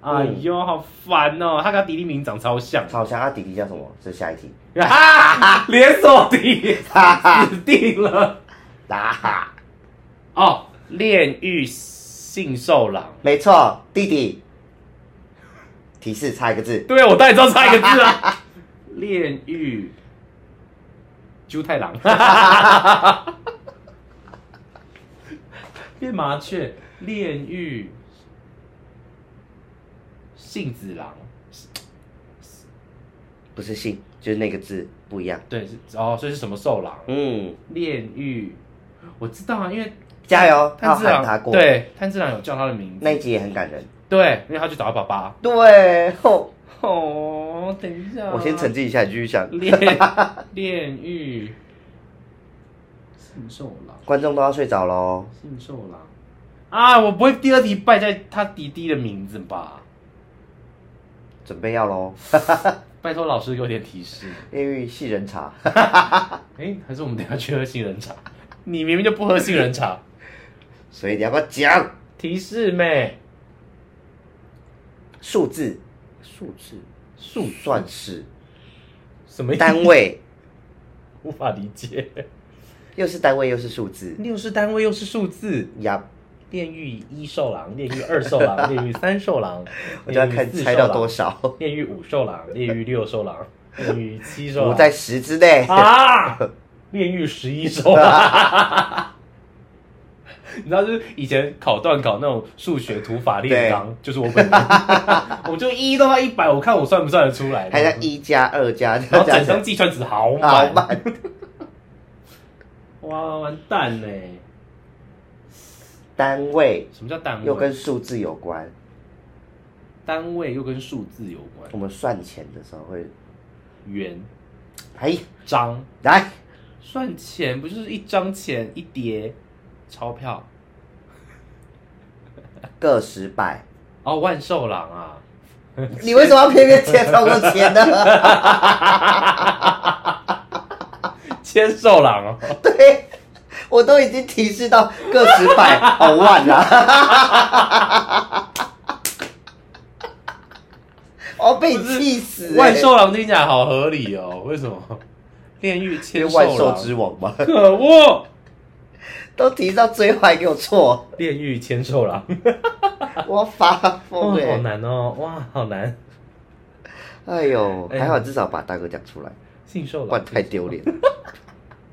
Speaker 1: 哎呦，好烦哦！它跟迪丽明长超 像，
Speaker 3: 好像阿迪迪叫什么？这是下一题。
Speaker 1: 啊，连锁题，死定了。
Speaker 3: 啊哈，
Speaker 1: 哦，炼狱信受狼，
Speaker 3: 没错，弟弟。提示差一个字，
Speaker 1: 对我当然知道差一个字啊。炼狱猪太郎， 变麻雀，炼狱，杏子郎，
Speaker 3: 不是姓，就是那个字不一样。
Speaker 1: 对，是哦，所以是什么兽狼？
Speaker 3: 嗯，
Speaker 1: 炼狱，我知道啊，因为
Speaker 3: 加油，
Speaker 1: 炭
Speaker 3: 要
Speaker 1: 治
Speaker 3: 喊
Speaker 1: 郎
Speaker 3: 他过。，
Speaker 1: 对，炭治郎有叫他的名字，
Speaker 3: 那一集也很感人。
Speaker 1: 对，因为他去找他爸爸。
Speaker 3: 对，吼，
Speaker 1: 哦，等一下
Speaker 3: 我先沉浸一下，你继续想。
Speaker 1: 炼炼狱，信受狼，
Speaker 3: 观众都要睡着喽。
Speaker 1: 信受狼啊！我不会第二题败在他弟弟的名字吧？
Speaker 3: 准备要喽，
Speaker 1: 拜托老师给我点提示。
Speaker 3: 炼狱系人茶，
Speaker 1: 哎、还是我们等一下去喝杏仁茶？你明明就不喝杏仁茶，
Speaker 3: 所以你要不要讲
Speaker 1: 提示妹
Speaker 3: 数字？数字
Speaker 1: 数
Speaker 3: 算是
Speaker 1: 什么意思？
Speaker 3: 单位，
Speaker 1: 无法理 解。
Speaker 3: 又是单位又是数字，
Speaker 1: 又是单位又是数字，
Speaker 3: 呀，
Speaker 1: 炼狱一兽狼，炼狱二兽狼，炼狱三兽狼，
Speaker 3: 我就要
Speaker 1: 炼
Speaker 3: 看
Speaker 1: 狱四
Speaker 3: 猜
Speaker 1: 兽
Speaker 3: 到
Speaker 1: 狼
Speaker 3: 多少，
Speaker 1: 炼狱五兽狼，炼狱六兽狼，炼狱七兽狼，
Speaker 3: 我在十之内。
Speaker 1: 啊，炼狱十一兽狼。你知道，就是以前考段考那种数学土法炼钢，就是我 本人， 我就一到到一百，我看我算不算得出来。
Speaker 3: 还在，一加二加，
Speaker 1: 然后
Speaker 3: 加
Speaker 1: 整张计算纸好
Speaker 3: 好
Speaker 1: 满，
Speaker 3: 慢，
Speaker 1: 哇，完蛋呢！
Speaker 3: 单位
Speaker 1: 什么叫单位？
Speaker 3: 又跟数字有关。
Speaker 1: 单位又跟数字有关
Speaker 3: 我，们算钱的时候会，
Speaker 1: 元
Speaker 3: 哎，
Speaker 1: 张
Speaker 3: 来，
Speaker 1: 算钱不就是一张钱一叠钞票？
Speaker 3: 个十百，
Speaker 1: 哦，万寿郎 啊，
Speaker 3: 你为什么要偏偏介绍我钱呢？
Speaker 1: 千寿郎哦，
Speaker 3: 对， 我都已经提示到个十百 好万啊啦。 我被你气死、欸！
Speaker 1: 万寿郎听起来好合理哦，为 什么？炼狱千
Speaker 3: 是
Speaker 1: 寿
Speaker 3: 万兽
Speaker 1: 郎，
Speaker 3: 之王吗？
Speaker 1: 可恶！
Speaker 3: 都提到最后还给我 错，
Speaker 1: 炼狱千寿郎，
Speaker 3: 我发疯
Speaker 1: 哇，
Speaker 3: 哎、
Speaker 1: 好难哦，哇，好难。
Speaker 3: 哎哦呦，
Speaker 1: 哎
Speaker 3: 还好至少把大哥讲出来，
Speaker 1: 信寿
Speaker 3: 不然
Speaker 1: 郎
Speaker 3: 太丢脸了。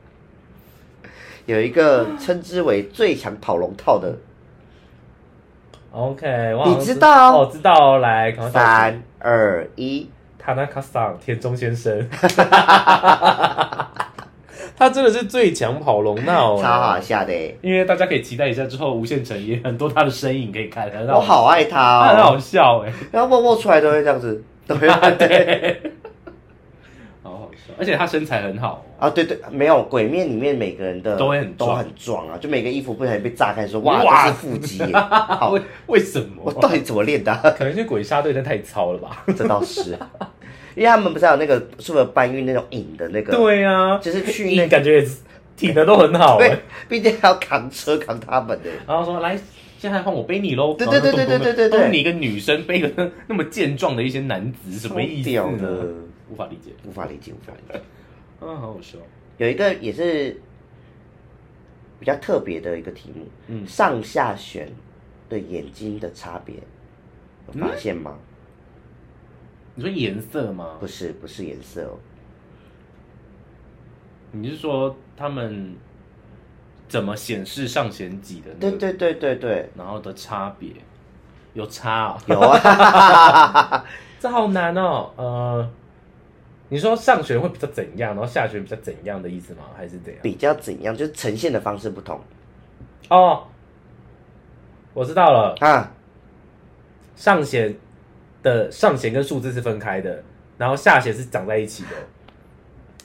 Speaker 3: 有一个称之为最强跑龙套的，
Speaker 1: ，OK，哇，
Speaker 3: 你知道
Speaker 1: 我知道哦，来，
Speaker 3: 啊
Speaker 1: 赶快倒数
Speaker 3: 三二一，
Speaker 1: 塔纳卡桑田中先 生，他真的是最强跑龙套、
Speaker 3: 超好笑的欸，
Speaker 1: 因为大家可以期待一下之后无限城也很多他的身影可以看，很
Speaker 3: 我好爱
Speaker 1: 他很
Speaker 3: 他哦。
Speaker 1: 好笑哎、
Speaker 3: 然后默默出来都会这样子， 都会对
Speaker 1: 对，好好笑，而且他身材很好、哦，
Speaker 3: 啊，对对，没有鬼面里面每个人的
Speaker 1: 都会很壮
Speaker 3: 都很壮啊，就每个衣服不小心被炸开说哇，
Speaker 1: 哇
Speaker 3: 这是腹肌耶，好
Speaker 1: 为，为什么
Speaker 3: 我？到底怎么练的啊？
Speaker 1: 可能是鬼杀队那太糙了吧？
Speaker 3: 这倒是啊，因为他们不是还有那个是不是有搬运那种影的那个？
Speaker 1: 对呀、啊，
Speaker 3: 就是去那
Speaker 1: 你感觉也是挺的都很好哎、
Speaker 3: 对，毕竟还要扛车扛他们的。
Speaker 1: 然后说来，现在换我背你喽。
Speaker 3: 对对对对对对对
Speaker 1: 都
Speaker 3: 对
Speaker 1: 是你一个女生背个那么健壮的一些男子，什么意思啊
Speaker 3: 超屌
Speaker 1: 呢
Speaker 3: 的？
Speaker 1: 无法理解。
Speaker 3: 无法理解，无法理解。
Speaker 1: 嗯，好好笑。
Speaker 3: 有一个也是比较特别的一个题目，
Speaker 1: 嗯
Speaker 3: 上下旋的眼睛的差别，
Speaker 1: 嗯
Speaker 3: 有发现吗？
Speaker 1: 你说颜色吗
Speaker 3: 不？是，不是颜色哦，
Speaker 1: 你是说他们怎么显示上弦几的、那
Speaker 3: 对
Speaker 1: 个
Speaker 3: 对对 对对，
Speaker 1: 然后的差别有差哦，
Speaker 3: 有啊，
Speaker 1: 这好难哦。呃，你说上旋会比较怎样，然后下旋比较怎样的意思吗？还是怎样？
Speaker 3: 比较怎样，就是呈现的方式不同
Speaker 1: 哦，我知道了，
Speaker 3: 啊。
Speaker 1: 上弦的上弦跟数字是分开的，然后下弦是长在一起的。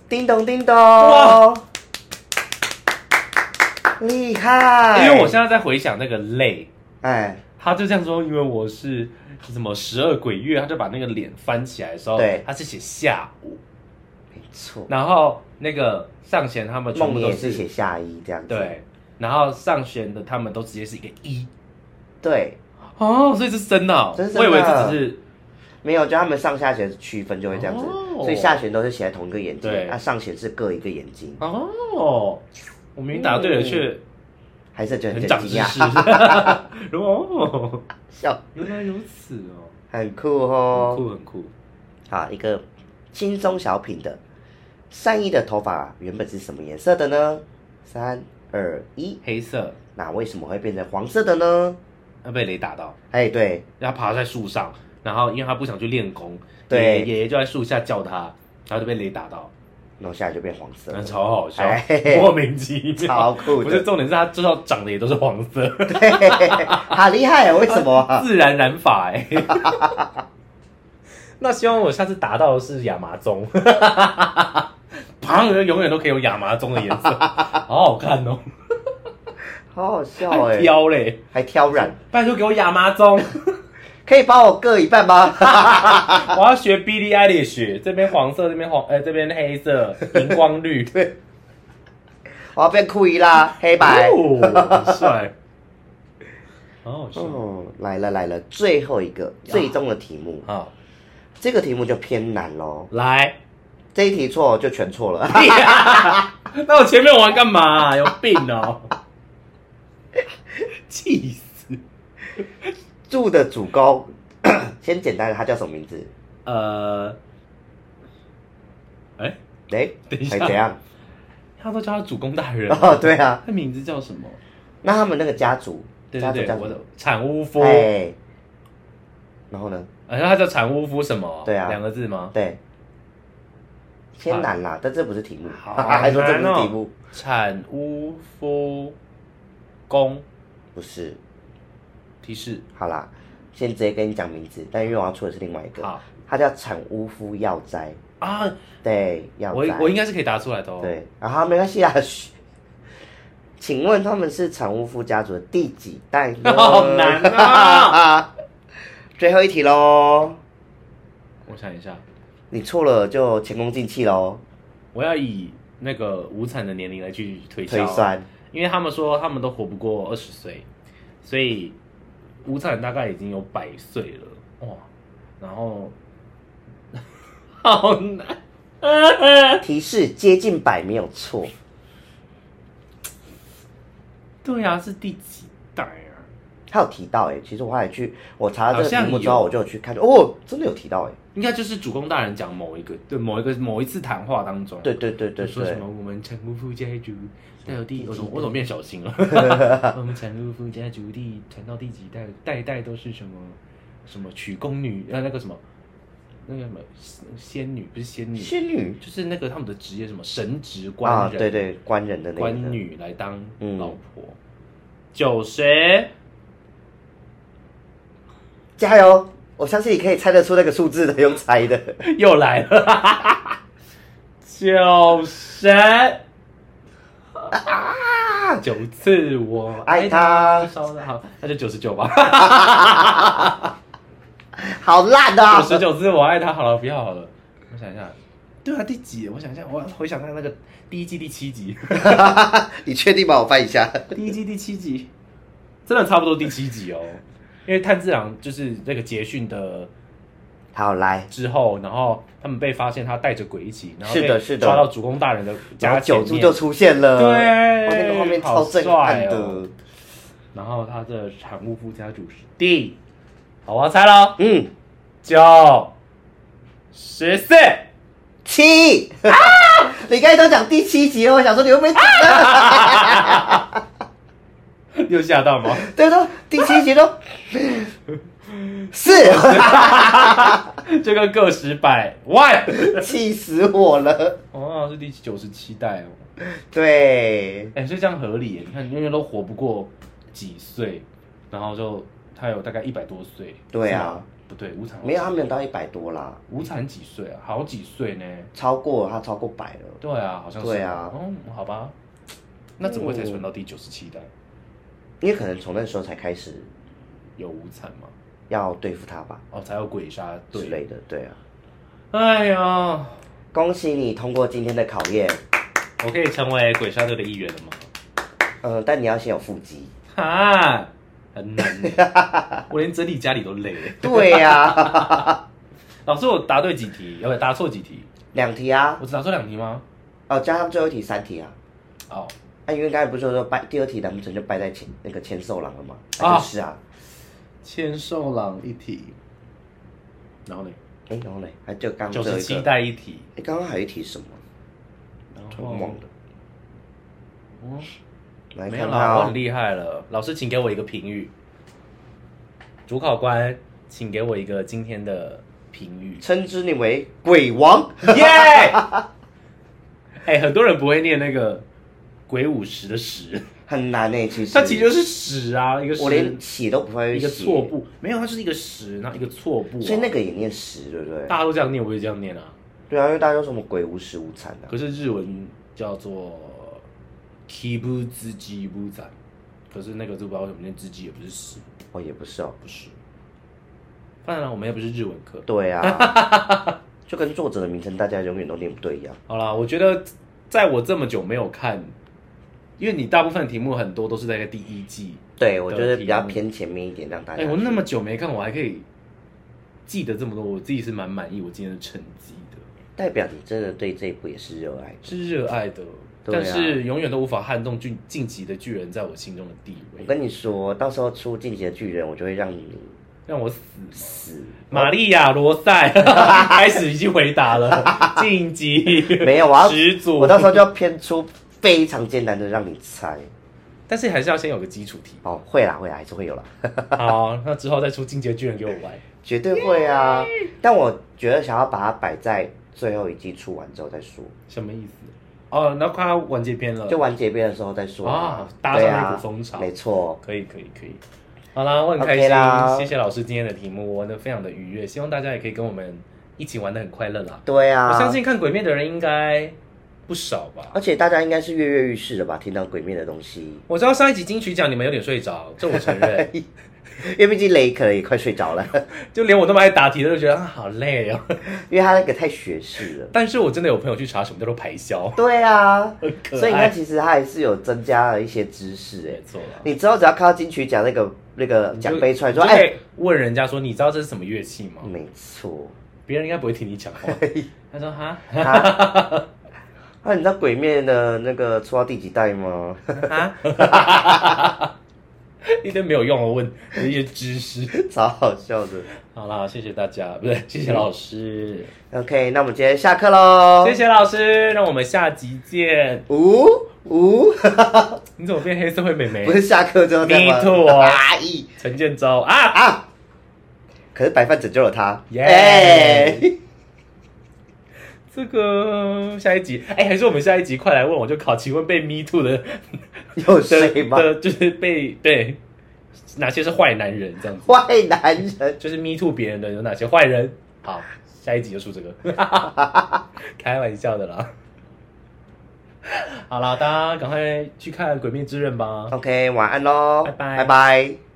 Speaker 3: 叮咚叮咚，
Speaker 1: 哇
Speaker 3: 厉害！
Speaker 1: 因为我现在在回想那个泪，
Speaker 3: 哎，
Speaker 1: 他就这样说，因为我是什么十二鬼月，他就把那个脸翻起来的时候，
Speaker 3: 对
Speaker 1: 他是写下午，
Speaker 3: 没错，
Speaker 1: 然后那个上弦他们全
Speaker 3: 梦
Speaker 1: 部
Speaker 3: 里
Speaker 1: 都
Speaker 3: 也是写下衣这样子，
Speaker 1: 对，然后上弦的他们都直接是一个一
Speaker 3: 对，
Speaker 1: 哦，所以这是真的、哦，
Speaker 3: 这是啊真
Speaker 1: 我以
Speaker 3: 的
Speaker 1: 为这只是
Speaker 3: 没有，就他们上下弦区分就会这样子，
Speaker 1: 哦
Speaker 3: 所以下弦都是写在同一个眼睛
Speaker 1: 对，
Speaker 3: 那、上弦是各一个眼睛，
Speaker 1: 哦，我明明答对了，
Speaker 3: 嗯
Speaker 1: 却
Speaker 3: 还是觉得
Speaker 1: 很
Speaker 3: 很
Speaker 1: 长
Speaker 3: 惊
Speaker 1: 知识
Speaker 3: 讶，，
Speaker 1: 然后哦，
Speaker 3: 笑，
Speaker 1: 原来如此哦，
Speaker 3: 很酷
Speaker 1: 很
Speaker 3: 哦。
Speaker 1: 酷很酷，
Speaker 3: 啊好，一个轻松小品的，善意的头发原本是什么颜色的呢？三二一，
Speaker 1: 黑色，
Speaker 3: 那为什么会变成黄色的呢？
Speaker 1: 他被雷打到，
Speaker 3: 哎，对，
Speaker 1: 然后爬在树上，然后因为他不想去练功，
Speaker 3: 对
Speaker 1: 爷爷爷爷就在树下叫他，然后就被雷打到，
Speaker 3: 然后下来就变黄色
Speaker 1: 然
Speaker 3: 了
Speaker 1: 后。超好笑
Speaker 3: 哎嘿嘿，
Speaker 1: 莫名其 妙。
Speaker 3: 超酷
Speaker 1: 不是
Speaker 3: 的，
Speaker 1: 重点是他至少长得也都是黄色，
Speaker 3: 好厉害啊！为什么啊？
Speaker 1: 自然染发哎、 那希望我下次达到的是亚麻棕， 旁人永远都可以有亚麻棕的颜色，好好看哦，
Speaker 3: 好好笑哎、
Speaker 1: 还挑嘞，
Speaker 3: 还挑染，
Speaker 1: 拜托给我亚麻棕，
Speaker 3: 可以帮我割一半吗？
Speaker 1: 我要学 B D I 的学，这边黄色，这边红，呃，这边黑色，荧光 绿，对，
Speaker 3: 我要变酷一啦，黑白。
Speaker 1: 哦，很帅，好好笑，
Speaker 3: 哦，来了来了，最后一个最终的题目，
Speaker 1: 好，
Speaker 3: 这个题目就偏难喽。
Speaker 1: 来，
Speaker 3: 这一题错就全错了。
Speaker 1: 那我前面玩干嘛、有病 哦，气死，
Speaker 3: 住的主公， 先简单的，他叫什么名字？
Speaker 1: 呃，哎、
Speaker 3: 哎，
Speaker 1: 等一下
Speaker 3: 还怎样？
Speaker 1: 他都叫他主公大人。
Speaker 3: 哦，对啊，
Speaker 1: 他名字叫什么？
Speaker 3: 那他们那个家族，
Speaker 1: 对
Speaker 3: 家
Speaker 1: 对对，
Speaker 3: 族叫什
Speaker 1: 我的
Speaker 3: 么？
Speaker 1: 产屋夫，啊
Speaker 3: 哎，然后呢？
Speaker 1: 然后他叫产屋夫什么？
Speaker 3: 对啊
Speaker 1: 两个字吗？
Speaker 3: 对，偏难啦，但这不是题目，
Speaker 1: 好
Speaker 3: 还说这
Speaker 1: 难
Speaker 3: 不是
Speaker 1: 哦
Speaker 3: 题目，
Speaker 1: 产屋夫公
Speaker 3: 不是。
Speaker 1: 提示，
Speaker 3: 好啦，先直接跟你讲名字，但因为我要出的是另外一个，
Speaker 1: 好
Speaker 3: 他叫产屋夫耀哉，
Speaker 1: 啊，
Speaker 3: 对，耀
Speaker 1: 我
Speaker 3: 哉，
Speaker 1: 我应该是可以答出来的哦。，
Speaker 3: 对，然后没关系啊，嘘。请问他们是产屋夫家族的第几代 呢？
Speaker 1: 好难啊！
Speaker 3: 最后一题喽，
Speaker 1: 我想一下，
Speaker 3: 你错了就前功尽弃喽，
Speaker 1: 我要以那个无产的年龄来去推
Speaker 3: 推
Speaker 1: 销，
Speaker 3: 算
Speaker 1: 因为他们说他们都活不过二十岁，所以无产大概已经有百岁了哇，然后 好难。
Speaker 3: 提示接近百没有错，
Speaker 1: 对啊，是第几代啊？
Speaker 3: 他有提到哎、其实我后来去我查了这个
Speaker 1: 好像
Speaker 3: 题目之后，
Speaker 1: 有
Speaker 3: 我就有去看，哦，真的有提到哎、
Speaker 1: 应该就是主公大人讲某一个对某一个某一次谈话当中，
Speaker 3: 对对对对
Speaker 1: 说什
Speaker 3: 对
Speaker 1: 么，我们产屋夫家族带有第，我怎么我怎么变小 心了？我们产屋夫家族第传到第几代，代代都是什么什么娶宫女呃那个什么那个什么仙女不是仙女，
Speaker 3: 仙女
Speaker 1: 就是那个他们的职业什么神职
Speaker 3: 啊，
Speaker 1: 官人，
Speaker 3: 对对，官人的那个
Speaker 1: 官女来当
Speaker 3: 嗯
Speaker 1: 老婆，九十
Speaker 3: 加油！我相信你可以猜得出那个数字的，用 猜的。
Speaker 1: 又来了， 九十啊，九次我
Speaker 3: 爱
Speaker 1: 爱
Speaker 3: 他
Speaker 1: 他，烧的好，那就九十九吧，
Speaker 3: 好烂
Speaker 1: 九十
Speaker 3: 啊！
Speaker 1: 九次我爱他好了，不要好了，我想一下，对啊，第几？我想一下，我回想一下那个第一季第七 集，
Speaker 3: 你确定吗？我翻一下。
Speaker 1: 第一季第七集，真的差不多第七集哦，因为炭治郎就是那个杰训的。
Speaker 3: 好，来，
Speaker 1: 之后，然后他们被发现他带着鬼一起，然后
Speaker 3: 是
Speaker 1: 被
Speaker 3: 的是的
Speaker 1: 抓到主公大人的
Speaker 3: 然
Speaker 1: 家
Speaker 3: 后九
Speaker 1: 前
Speaker 3: 柱
Speaker 1: 面，
Speaker 3: 就出现了，
Speaker 1: 对
Speaker 3: 哇，那个画面超震撼的。
Speaker 1: 好帅哦然后他的产物附加主是 D，好，我要猜喽，
Speaker 3: 嗯，
Speaker 1: 九十四，
Speaker 3: 七。啊你刚才都讲第七集了，我想说你会不会讲呢？
Speaker 1: 又吓到吗？
Speaker 3: 对说第七集都四，
Speaker 1: 这个个十百万，
Speaker 3: 气死我了。
Speaker 1: 哦，好像是第九十七代哦，
Speaker 3: 对，
Speaker 1: 哎，所以这样合理耶，你看，因为都活不过几岁，然后就他有大概一百多岁，
Speaker 3: 对啊
Speaker 1: 是吗，不对，无产
Speaker 3: 没有，他没有到一百多啦，
Speaker 1: 无产几岁啊？好几岁呢？
Speaker 3: 超过他超过百了。
Speaker 1: 对啊，好像是。
Speaker 3: 对啊
Speaker 1: 嗯，好吧。那怎么会才存到第九十七代？
Speaker 3: 你可能从那时候才开始
Speaker 1: 有无产吗？
Speaker 3: 要对付他吧
Speaker 1: 哦，才有鬼杀
Speaker 3: 之
Speaker 1: 队。
Speaker 3: 类的，对啊。
Speaker 1: 哎呀，
Speaker 3: 恭喜你通过今天的考验，
Speaker 1: 我可以成为鬼杀队的一员了吗？
Speaker 3: 嗯，但你要先有腹肌。
Speaker 1: 哈，很难耶， 我连整理家里都累耶。
Speaker 3: 对啊呀、
Speaker 1: 老师，我答对几题？要不答错几题？
Speaker 3: 两题啊
Speaker 1: 我，只答错两题吗？
Speaker 3: 哦，加上最后一题三题啊。
Speaker 1: 哦，
Speaker 3: 啊，因为刚才不是说败第二题难不成就败在前那个前寿郎了吗？
Speaker 1: 啊
Speaker 3: 啊，就是啊。
Speaker 1: 千寿郎一题，然后呢？
Speaker 3: 哎、然后呢？还就刚刚
Speaker 1: 九
Speaker 3: 最后
Speaker 1: 十
Speaker 3: 一
Speaker 1: 七
Speaker 3: 个。
Speaker 1: 代一题，
Speaker 3: 哎，刚刚还有一题什么？超猛的。
Speaker 1: 嗯
Speaker 3: 来
Speaker 1: 没有
Speaker 3: 看
Speaker 1: 啦，
Speaker 3: 他
Speaker 1: 我很
Speaker 3: 哦，。
Speaker 1: 厉害了。老师，请给我一个评语。主考官，请给我一个今天的评语
Speaker 3: 称之你为鬼王。
Speaker 1: 耶！哎，很多人不会念那个“鬼五十”的“十
Speaker 3: 很难诶、其”，实
Speaker 1: 它其实就是“屎”啊，一个
Speaker 3: 我连
Speaker 1: “
Speaker 3: 写都不
Speaker 1: 十”，
Speaker 3: 会
Speaker 1: 一
Speaker 3: 写，
Speaker 1: 个错步，没有，它就是一个“十”，然后一个错步啊。
Speaker 3: 所以那个也念十，对不对？
Speaker 1: 大家都这样念，我也这样念啊。
Speaker 3: 对啊，因为大家都说什么鬼无食无惨 啊，
Speaker 1: 可是日文叫做 “kibuzi i b u z 可是那个就不知道为什么念“自己”也不是“十”，
Speaker 3: 哦也不是哦，
Speaker 1: 不是。当然了，我们又不是日文课。
Speaker 3: 对啊， 就跟作者的名称大家永远都念不对一样。
Speaker 1: 好啦，我觉得在我这么久没有看，因为你大部分题目很多都是在第一季，
Speaker 3: 对，我觉得
Speaker 1: 题
Speaker 3: 比较
Speaker 1: 目
Speaker 3: 偏前面一点，让大
Speaker 1: 哎、
Speaker 3: 家。
Speaker 1: 我那么久没看，我还可以记得这么多，我自己是蛮满意我今天的成绩的，
Speaker 3: 代表你真的对这一部也是热爱的。
Speaker 1: 是热爱的，
Speaker 3: 对啊
Speaker 1: 但是永远都无法撼动晋晋级的巨人在我心中的地
Speaker 3: 我
Speaker 1: 位，
Speaker 3: 跟你说，到时候出《进击的巨人》，我就会让你
Speaker 1: 让我死。
Speaker 3: 死。
Speaker 1: 玛利亚罗 塞开始已经回答了，晋级
Speaker 3: 没有，我要
Speaker 1: 始祖，
Speaker 3: 我到时候就要偏出非常艰难的让你猜。
Speaker 1: 但是还是要先有个基础题。
Speaker 3: 哦，会啦，会啦，还是会有啦，
Speaker 1: 好，那之后再出进阶巨人给我玩。
Speaker 3: 绝对会啊。但我觉得想要把它摆在最后一季出完之后再说，
Speaker 1: 什么意思？哦，那快要完结篇了，
Speaker 3: 就完结篇的时候再说
Speaker 1: 呃啊搭上那股风潮
Speaker 3: 对啊没错。
Speaker 1: 可以可以可以。好啦，我很开心
Speaker 3: OK 啦
Speaker 1: 谢谢老师今天的题目，我玩的非常的愉悦，希望大家也可以跟我们一起玩的很快乐啦。
Speaker 3: 对啊，
Speaker 1: 我相信看鬼灭的人应该不少吧。
Speaker 3: 而且大家应该是跃跃欲试的吧？听到鬼灭的东西，
Speaker 1: 我知道上一集金曲奖你们有点睡着，这我承认，
Speaker 3: 因为毕竟雷可能也快睡着了，
Speaker 1: 就连我那么爱打题的都觉得啊好累哦。
Speaker 3: 因为他那个太学士了。
Speaker 1: 但是我真的有朋友去查什么叫做排销，
Speaker 3: 对啊，
Speaker 1: 可爱
Speaker 3: 所以你看，其实他还是有增加了一些知识
Speaker 1: 没
Speaker 3: 哎。
Speaker 1: 错啦。
Speaker 3: 你之后只要看到金曲奖那个那个奖杯出来，
Speaker 1: 你就
Speaker 3: 说
Speaker 1: 你就可
Speaker 3: 哎
Speaker 1: 以，问人家说你知道这是什么乐器吗？
Speaker 3: 没错。
Speaker 1: 别人应该不会听你讲 话。他说哈
Speaker 3: 啊，啊你知道《鬼灭》的那个出到第几代吗？
Speaker 1: 啊， 一堆没有用的问一些知识。
Speaker 3: 超好笑的。
Speaker 1: 好啦，谢谢大家，不对，谢谢老师，
Speaker 3: OK，那我们今天下课喽。
Speaker 1: 谢。谢老师，让我们下集见。
Speaker 3: 呜 呜，
Speaker 1: 你怎么变黑社会美眉
Speaker 3: 不？是下课之后再吗
Speaker 1: Me too 哦
Speaker 3: 啊咦
Speaker 1: 陈建州啊！
Speaker 3: 啊！可是白饭拯救了他。
Speaker 1: 耶
Speaker 3: 哎
Speaker 1: 这个下一集，哎、还是我们下一集快来问，我就考，请问被 Me Too 的
Speaker 3: 有谁
Speaker 1: 的
Speaker 3: 吗？
Speaker 1: 的，就是被对哪些是坏男人这样子，
Speaker 3: 坏男人，
Speaker 1: 就是 Me Too 别人的有哪些坏人？好，下一集就出这个， 开玩笑的啦。好啦，大家赶快去看《鬼灭之刃》吧。
Speaker 3: OK，晚安喽，
Speaker 1: 拜拜
Speaker 3: 拜拜。